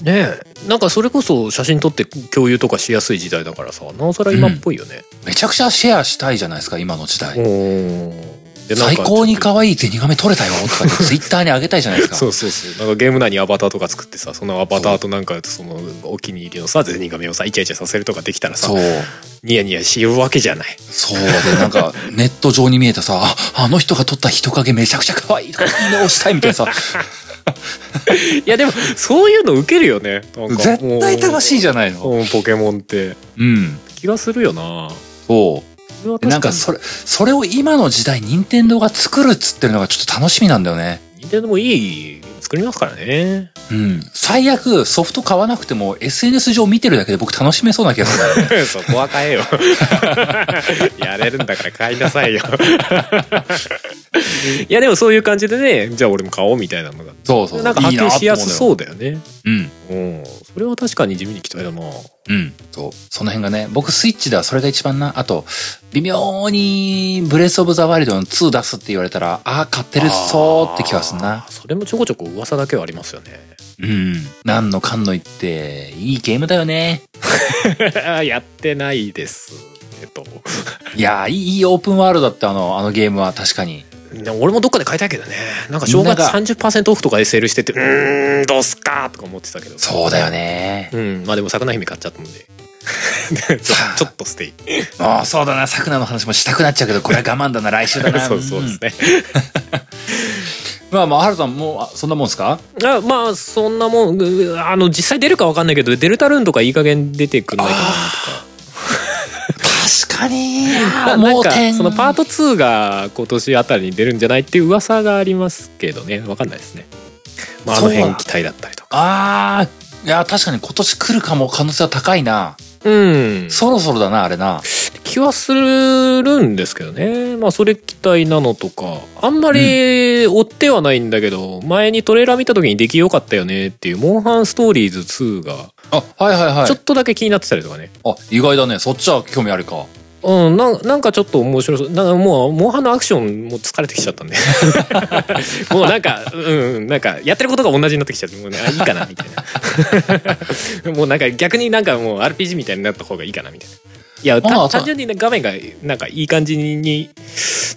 ねえなんかそれこそ写真撮って共有とかしやすい時代だからさなおさら今っぽいよね、
めちゃくちゃシェアしたいじゃないですか、今の時代。
おーでなんか
最高に可愛いゼニガメ撮れたよとか ってツイッターにあげたいじゃないですか。
そうそうそうなんかゲーム内にアバターとか作ってさそのアバターとなんかそのお気に入りのさゼニガメをさイチャイチャさせるとかできたらさ
そう。
ニヤニヤしようわけじゃない
そう。で、なん か、ネット上に見えたさ、ああの人が撮った人影めちゃくちゃ可愛いとか、いいね押したいみたいなさ、
いやでもそういうの受けるよねなんか
絶対楽しい
ゃ
じゃないの。
んポケモンって
うん。
気がするよな
そう。
それは確
で
に
なんかそれ、それを今の時代、任天堂が作るっつってるのがちょっと楽しみなんだよね。
任天堂もいい作りますから ね
うん。最悪、ソフト買わなくても SNS 上見てるだけで僕楽しめそうな気がするん だよね。
そこは買えよ やれるんだから買いなさいよいやでもそういう感じでねじゃあ俺も買おうみたいなのが
そうそう。
なんか波及しやす
う
そうだよね
いいなって思うのよ。
うんそれは確かに地味に期待だな
うん。うん。そう。その辺がね、僕スイッチではそれが一番な。あと、微妙にブレスオブザワイルドの2出すって言われたら、ああ、買ってるそうって気がするな
あ。ーそれもちょこちょこ噂だけはありますよ ね
うん。何のかんの言って、いいゲームだよね。
やってないですえっと
いやー、いいいいオープンワールドだったあの、あのゲームは確かに。
ね俺もどっかで買いたいけどねなんか正
みんな
月
が
30%オフとかでセールしててうーんどうすっかとか思ってたけど
そうだよね。
うんまあでも桜姫買っちゃったん でちょちょっとステイ
ああ、そうだな。桜の話もしたくなっちゃうけど、これは我慢だな。来週だな。
そうそうです
ね。
ね、
まあまあ、はるさん、もう、あそんなもんですか
あまあそんなもんうあの実際出るかわかんないけどデルタルーンとかいい加減出てくんないかな
確かに。
まあな
も
ん
う
か
点。
そのパート2が今年あたりに出るんじゃないっていう噂がありますけどねわかんないですね、まあ、あの
そう
辺
だ
期待だったりとか
ああ、いや、確かに今年来るかも可能性は高いな。
うん
そろそろだな、あれな。
気はするんですけどねまあそれ期待なのとかあんまり追ってはないんだけど、前にトレーラー見た時に出来良かったよねっていう「モンハンストーリーズ2」が
あ、はいはいは
ちょっとだけ気になってたりとかね、
あ、意外だね。そっちは興味あるか。
うん、なんなんかちょっと面白そうなんかもうモンハンのアクションもう疲れてきちゃったんで もうなんかうんなんかやってることが同じになってきちゃってもう、ね、あいいかなみたいな もうなんか逆になんかもう RPG みたいになった方がいいかなみたいないや
ああ
た
そう
単純に、ね、画面がなんかいい感じに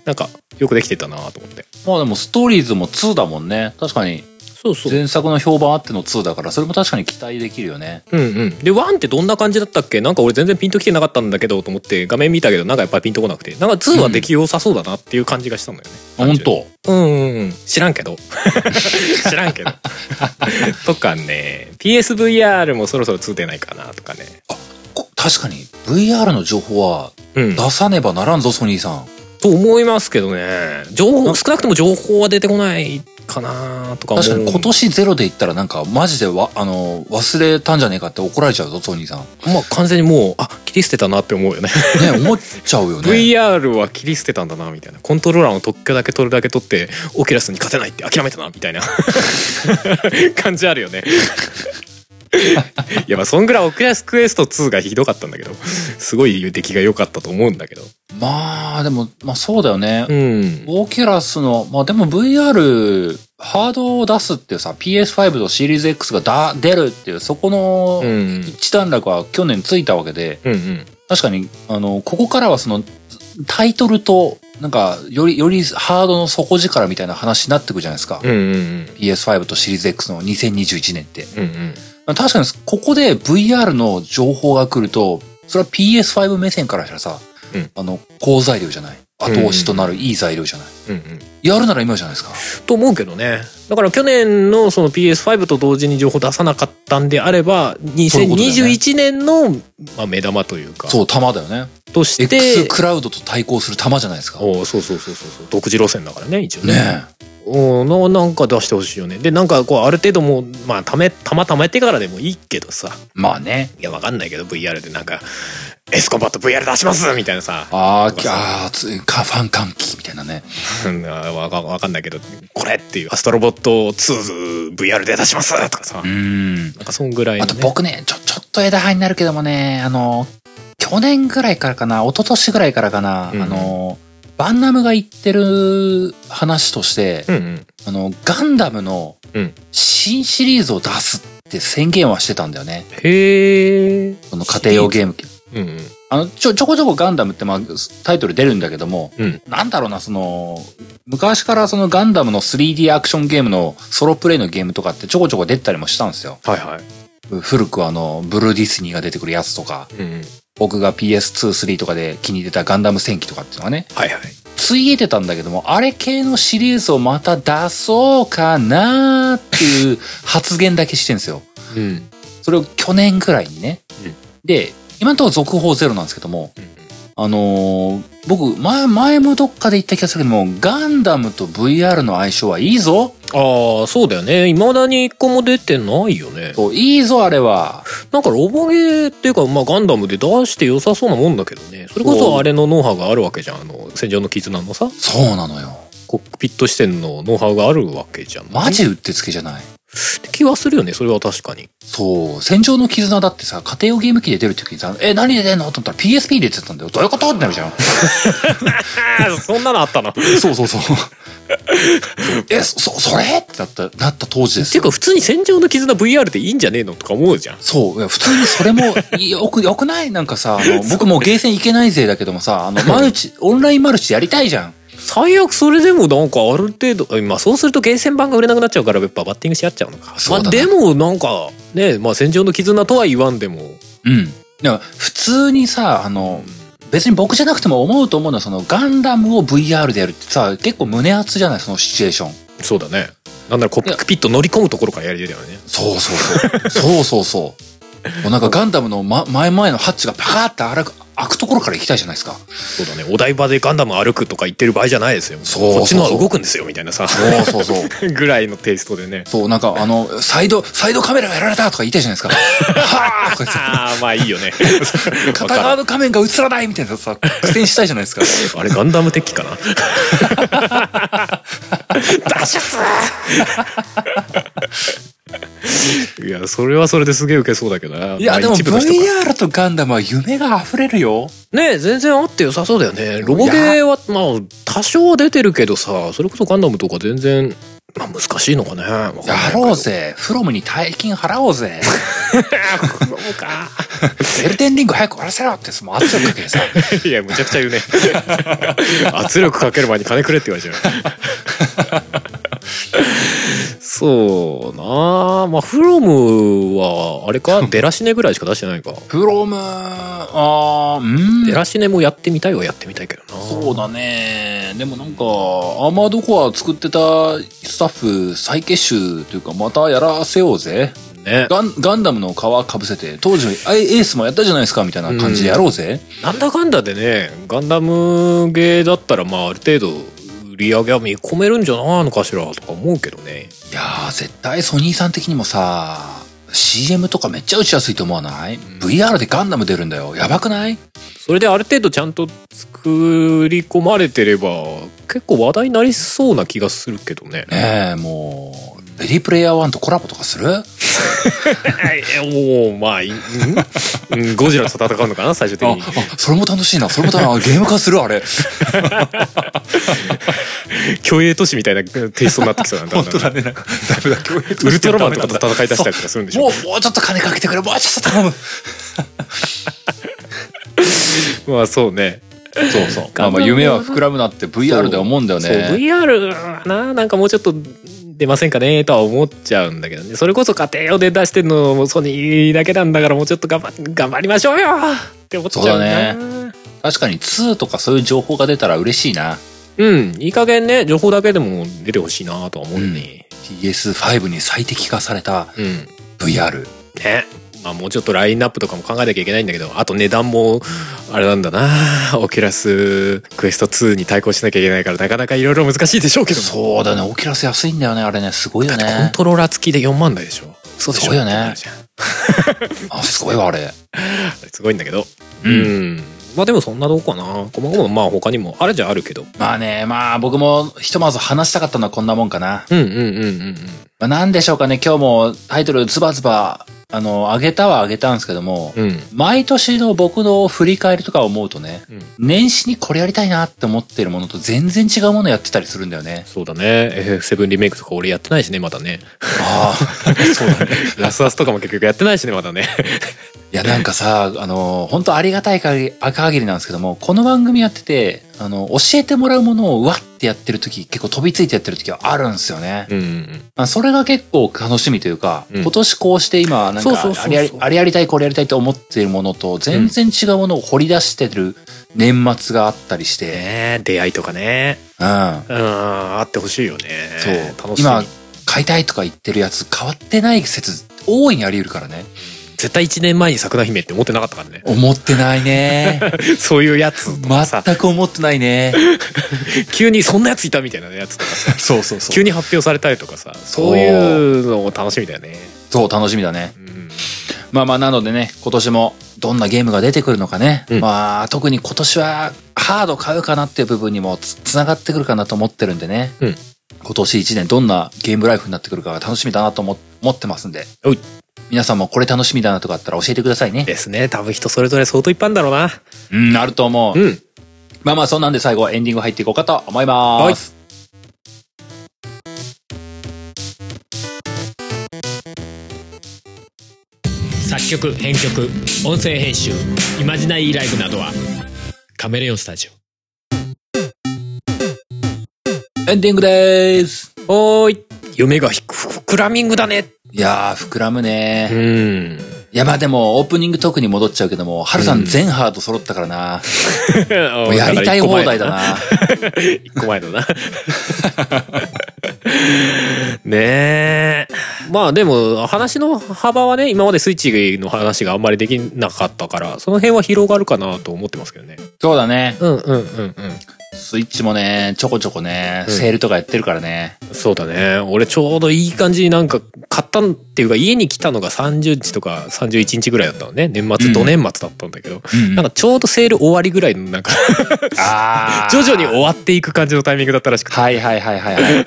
なんかよくできてたなと思って
まあでもストーリーズも2だもんね。確かに
そうそ
前作の評判あっての2だから、それも確かに期待できるよね。
うんうん、で1ってどんな感じだったっけなんか俺全然ピンときてなかったんだけどと思って画面見たけどなんかやっぱりピンとこなくてなんか2はできよさそうだなっていう感じがしたんだよね、
あ本当
うんうんうん知らんけど 知らんけど とかね PSVR もそろそろ2出ないかなとかね
こ確かに VR の情報は
うん
出さねばならんぞ、ソニーさん。
と思いますけどね情報少なくとも情報は出てこないかなとか思う
確かに今年ゼロで言ったらなんかマジでわ、あの、忘れたんじゃねえかって怒られちゃうぞ、ソニーさん。
まあ完全にもうあ切り捨てたなって思うよね
ね、思っちゃう よね。
VR は切り捨てたんだなみたいなコントローラーの特許だけ取るだけ取ってオキュラスに勝てないって諦めたなみたいな 感じあるよねいやまあそんぐらいオキュラスクエスト2がひどかったんだけどすごい出来が良かったと思うんだけど
まあ、でも、まあそうだよね。
うん
オキュラスの、まあでも VR、ハードを出すってさ、PS5 とシリーズ X がだ出るっていう、そこ
うんう
の
ん
一段落は去年ついたわけで、
うん
確かに、あの、ここからはその、タイトルと、なんか、より、よりハードの底力みたいな話になってくるじゃないですか。
うんうん
PS5 とシリーズ X の2021年って。
うんうん
まあ確かに、ここで VR の情報が来ると、それは PS5 目線からしたらさ、
うん
あの、好材料じゃない。後押しとなるいい材料じゃない。
うんうん
やるなら今じゃないですか。
と思うけどねだから去年のその PS5 と同時に情報出さなかったんであれば
そういうことだよね
2021年の、まあ、目玉というか
そう、玉だよね。
として
X クラウドと対抗する玉じゃないですか。ね
おうそうそうそうそうそう独自路線だからね一応
え。
おななんか出してほしいよねでなんかこうある程度もうまあためたまたまやってからでもいいけどさ
まあね。
いやわかんないけど VR でなんか「エスコンバット VR 出します!」みたいなさ
あー
とか
き
さ
あー、つか、ファン歓喜みたいなね。
うんあわかわかんないけど「これ!」っていう「アストロボット 2VR で出します!」とかさ、
うん。
なんかそんぐらいの、
あ
ね、
と僕ね、ちょ、ちょっと枝葉になるけどもね、あの、去年ぐらいからかな、一昨年ぐらいからかな、
うん
あの、バンナムが言ってる話として、
うんうん
あの、ガンダムの
うん
新シリーズを出すって宣言はしてたんだよね。
へえ
その家庭用ゲーム機。
うんうん
あの、ちょ、ちょこちょこガンダムって、まあ、タイトル出るんだけども、
うん
なんだろうな、その、昔からそのガンダムの 3D アクションゲームのソロプレイのゲームとかってちょこちょこ出てたりもしたんですよ。
はいはい
古くはあの、ブルーディスニーが出てくるやつとか、
うんうん
僕が PS2、3とかで気に入ってたガンダム戦記とかっていうのがね、
はいはい
ついえてたんだけども、あれ系のシリーズをまた出そうかなーっていう発言だけしてんですよ。
うんうん
それを去年ぐらいにね。
うん
で、今のところ続報ゼロなんですけども、あのー僕、前、前もどっかで言った気がするけども、ガンダムと VR の相性はいいぞ
ああそうだよねいまだに一個も出てないよね
と、いいぞあれは。
なんかロボゲーっていうか、まあ、ガンダムで出して良さそうなもんだけどねそれこ
そう
そあれのノウハウがあるわけじゃんあの戦場の絆のさ
そうなのよ。
コックピット視点のノウハウがあるわけじゃん
マジうってつけじゃない。
って気はするよねそれは確かに
そう、戦場の絆だってさ、家庭用ゲーム機で出るときにさ、え、何で出んのと思ったら PSP で出てたんだよ。どういうことってなるじゃん。
ああ そんなのあったなっ
そうそうそう。 え、そ、そそれってなった、なった当時で
て
す
いう
よ。
か普通に戦場の絆 VR でいいんじゃねえのとか思うじゃん
そう、いや普通にそれも、 いよく、よくないなんかさ、あの、僕もうゲーセン行けないぜだけどもさ、あの、マルチ、オンラインマルチやりたいじゃん。
最悪それでもなんかある程度えまあそうするとゲーセン版が売れなくなっちゃうからやっぱバッティングし合っちゃうのか
そうだ
ま
な
あ、でもなんかねまあ戦場の絆とは言わんでも
うん。でも普通にさ、あの、別に僕じゃなくても思うと思うのは、その、ガンダムを VR でやるってさ、結構胸熱じゃないそのシチュエーション。
そうだねなんならコックピット乗り込むところからやりてるよね
そうそうそう。そうそう そう。もうなんかガンダムの、ま、前々のハッチがパカーって開く開くところから行きたいじゃないですか。
そうだねお台場でガンダム歩くとか言ってる場合じゃないですよ
そう
こっちのは動くんですよみたいなさ
そうそうそう。
ぐらいのテイストでね
そう、なんかあの、サイド、サイドカメラがやられたとか言いたいじゃないですか。 はぁとか言って
ああまあいいよね わ
片
か
側
る
の画面が映らないみたいなさ、苦戦したいじゃないですか。
あれガンダム 敵かな脱出いやそれはそれですげえウケそうだけどない
や、でも
一部の人から
VR とガンダムは夢が溢れるよ。
ね全然あって良さそうだよねロボゲーはまあ多少は出てるけどさそれこそガンダムとか全然、まあ、難しいのかねや
やろうぜ。フロムに大金払おうぜ。
か
エルデンリング早く終わらせろって、その圧力かけてさ。
いやむちゃくちゃ言うね圧力かける前に金くれって言われちゃうそうなあまあフロムはあれかデラシネぐらいしか出してないか
フロム、あー、うん
デラシネもやってみたいはやってみたいけどな
そうだね。でもなんか、アーマードコア作ってたスタッフ再結集というか、またやらせようぜ。
ね
ガンガンダムの皮かぶせて、当時、あエースもやったじゃないですか、みたいな感じでやろうぜ。
なんだかんだでねガンダムゲーだったらまあある程度売り上げは見込めるんじゃないのかしらとか思うけどね
いやー、絶対ソニーさん的にもさ、CM とかめっちゃ打ちやすいと思わない、?VR でガンダム出るんだよ。やばくない
それである程度ちゃんと作り込まれてれば結構話題になりそうな気がするけどね
ねえ、もう、レディープレイヤー1とコラボとかする
えもうまあいいんうんゴジラと戦うのかな最終的
あ
に、
あ、それも楽しいな。それも楽し いな。ゲーム化するあれ。
競泳都市みたいなテイストになってき そうなんだ
ね。なんか、ダメだ、共
ウルトラマンとかと戦い出したりとかするんでしょ
もう、もうちょっと金かけてくれ。もうちょっと頼む。
まあそうね
そうそう。まあまあ、夢は膨らむなって VR では思うんだよ
そう
ね。
VR ななんかもうちょっと出ませんかねとは思っちゃうんだけどねそれこそ家庭用で出してるのもソニーだけなんだからもうちょっと頑張頑張りましょうよって思っちゃうな
そう確かに2とかそういう情報が出たら嬉しいな。
うんいい加減ね情報だけでも出てほしいなとは思うね
PS5 に最適化された
うん、
VR。
ねまあもうちょっとラインナップとかも考えなきゃいけないんだけどあと値段もあれなんだなオキュラスクエスト2に対抗しなきゃいけないからなかなかいろいろ難しいでしょうけども
そうだね。オキュラス安いんだよね。あれね。すごいよ
コン
ね。
トローラー付きで4万台でしょそうでし
そ
ょ
うよね
ってなるじゃん
あ、すごいわ、あれ。
すごいんだけど
う
うんん、まあでもそんなとこかな細々まあ他にもあるじゃあるけど
まあね、まあ僕もひとまず話したかったのはこんなもんかな。
うんうんうんうん
まあ、なんでしょうかね。今日もタイトルズバズバ、あの、上げたは上げたんですけども、
うんうん
毎年の僕の振り返りとか思うとね、
うん
年始にこれやりたいなって思ってるものと全然違うものやってたりするんだよね。
そうだね FF7 リメイクとか俺やってないしねまだね
ああ、 そうだね。
ラスアスとかも結局やってないしねまだね
いや、なんかさ、あの、本当ありがたい限り、限りなんですけども、この番組やってて、あの、教えてもらうものをうわってやってる時、結構飛びついてやってる時はあるんですよね。
うんうん
まあそれが結構楽しみというか、
うん
今年こうして今、なん
そうそう
か
そうそう
あれやり、あれやりたい、これやりたいと思っているものと、全然違うものを掘り出してる年末があったりして、
ねえ出会いとかね
うん。
うんあってほしいよね
そう
楽しみ
今、買いたいとか言ってるやつ変わってない説、大いにあり得るからね。
絶対1年前に桜姫って思ってなかったから ね
思ってないね。
そういうやつとか さ
全く思ってないね。
急にそんなやついたみたいなやつとかさ
そうそうそ
急に発表されたりとかさそういうのも楽しみだよね
そう、楽しみだね。
うん
まあまあ、なのでね、今年もどんなゲームが出てくるのかね。
うん
まあ、特に今年はハード買うかなっていう部分にもつつながってくるかなと思ってるんでね。
うん
今年一年どんなゲームライフになってくるかが楽しみだなと思思ってますんで。
おい
皆さんもこれ楽しみだなとかあったら教えてくださいね。
ですね多分人それぞれ相当いっぱいあるんだろうな
うん、あると思う。
うん
まあまあ、そんなんで最後エンディング入っていこうかと思います。
作曲編曲音声編集イマジナイーライブなどはカメレオンスタジオ
エンディングでーす。
おーい夢がひく膨らみングだね
いやー、膨らむね
う。 ん
いや、まあでも、オープニングトークに戻っちゃうけども、ハルさ
うんん
全ハード揃ったからな。もう
や
やりたい放題だな。
一個前のなねえまあでも話の幅はね今までスイッチの話があんまりできなかったからその辺は広がるかなと思ってますけどね
そうだね。
うんうんうんうん
スイッチもね、ちょこちょこね、セールとかやってるからね。
そうだね俺ちょうどいい感じになんか買ったんっていうか家に来たのが30日とか31日ぐらいだったのね年末ど年末だったんだけど、なんかちょうどセール終わりぐらいのなんか
あ
徐々に終わっていく感じのタイミングだったらしくて
はいはいはいはいはい。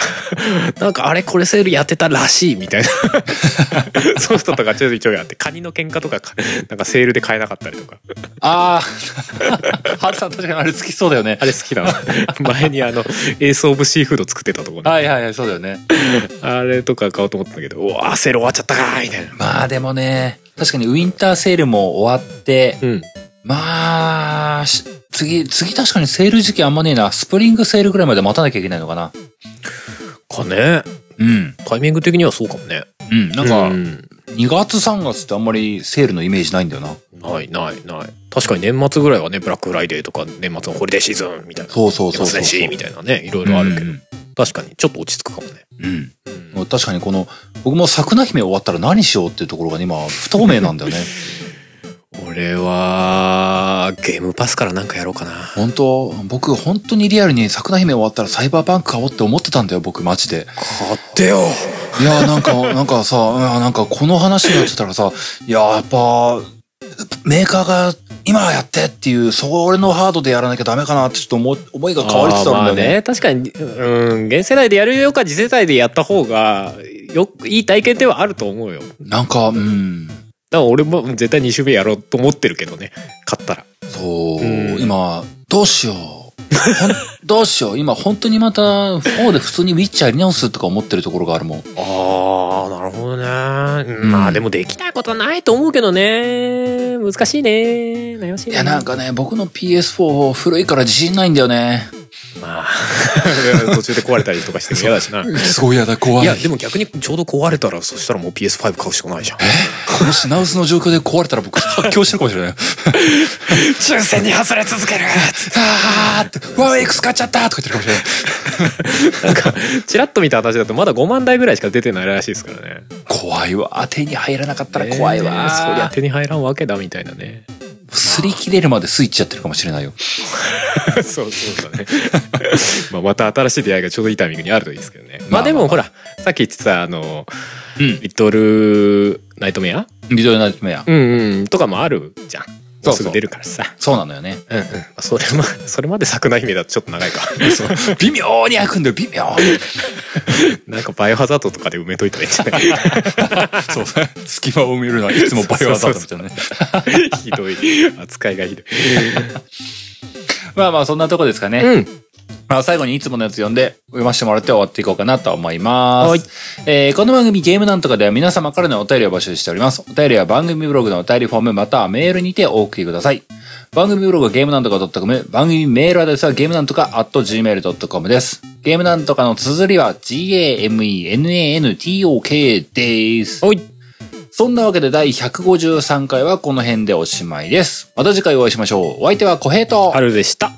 なんかあれこれセールやってたらしいみ たいなソフトとかちょいちょいあってカニの喧嘩とかかなんかセールで買えなかったりとか
ああ、 ハルさん確かにあれ好きそうだよね
あ。れ好きだ な前にあのエース・オブ・シーフード作ってたとこね
はいはいはい、そうだよね。
あれとか買おうと思ったんだけどうわーセール終わっちゃったかーみたいな
まあでもね、確かにウィンターセールも終わって、
うん
まあ、し次、次確かにセール時期あんまねえな。スプリングセールぐらいまで待たなきゃいけないのかな。
かね
うん。
タイミング的にはそうかもね
うん。なんか、
うん
2月3月ってあんまりセールのイメージないんだよな。
ないないない確かに年末ぐらいはねブラックフライデーとか年末のホリデーシーズンみたいな
そうそうそう
年
そ
末
う
年
そう。
始みたいなねいろいろあるけど、
うん
確かにちょっと落ち着くかもね
うん。もう確かにこの、僕も桜姫終わったら何しようっていうところがね今、不透明なんだよ ね。
俺はゲームパスからなんかやろうかな
本当僕本当にリアルに桜姫終わったらサイバーパンク買おうって思ってたんだよ、僕マジで。
買ってよ
いやーなん か、なんかさ、うんなんかこの話になってたらさ、いやーやっぱ、メーカーが今やってっていう、それのハードでやらなきゃダメかなってちょっと思い思いが変わりつつあるんだよね。
確かにうん現世代でやるよりか次世代でやった方がよくいい体験ではあると思うよだ
な
か
んか、うん。
ら俺もうん絶対2種目やろうと思ってるけどね買ったら
そう、
うん
今、どうしよう。ほんどうしよう。今本当にまた、4で普通にウィッチャーやり直すとか思ってるところがあるもん。
ああなるほどね、うんまあでもできないことはないと思うけどね難しいね悩まし
い
いね
や、なんかね、僕の PS4 古いから自信ないんだよね。
まあ 途中で壊れたりとかしても嫌だし な
すごいやだ、怖
いやでも逆にちょうど壊れたらそしたらもう PS5 買うしかないじゃん
もしナウスの状況で壊れたら僕、発狂してるかもしれない。
抽選に外れ続ける
あーって、ワン X 買っちゃったとか言ってるかもしれない。
なんかチラッと見た話だとまだ5万台ぐらいしか出てないらしいですからね
怖いわ。手に入らなかったら怖いわ。
えーそりゃ手に入らんわけだみたいなね
擦り切れるまでスイッチやってるかもしれないよ。
そうそうだね まあまた新しい出会いがちょうどいいタイミングにあるといいですけどね
ま
まあ
あ
でもほらさっき言ってたあの、
うん
リトルナイトメア
ビデオナイトメア。
うんうんとかもあるじゃんも
そうそう
うすぐ出るからさ
そうなのよね。
うんうんそれまそれまで桜姫だとちょっと長いか
微妙に開くんだよ、微妙に。
なんかバイオハザードとかで埋めといたらいいんじゃない
そう。 隙間を埋めるのはいつもバイオハザードみたいなね。
ひどい 扱いがひどい
まあまあ、そんなとこですかね。
うん
まあ、最後にいつものやつ読んで、読ませてもらって終わっていこうかなと思います。えーこの番組ゲームなんとかでは皆様からのお便りを募集しております。お便りは番組ブログのお便りフォームまたはメールにてお送りください。番組ブログはゲームなんとか .com、番組メールアドレスはゲームなんとか .gmail.com です。ゲームなんとかの綴りは g-a-m-e-n-a-n-t-o-k です。
はい
そんなわけで第153回はこの辺でおしまいです。また次回お会いしましょう。お相手は小平と、
春でした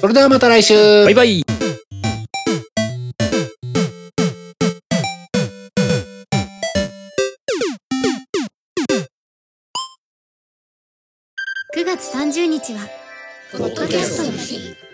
それではまた来週
バイバイ
9月30日は、ポッドキャストの日。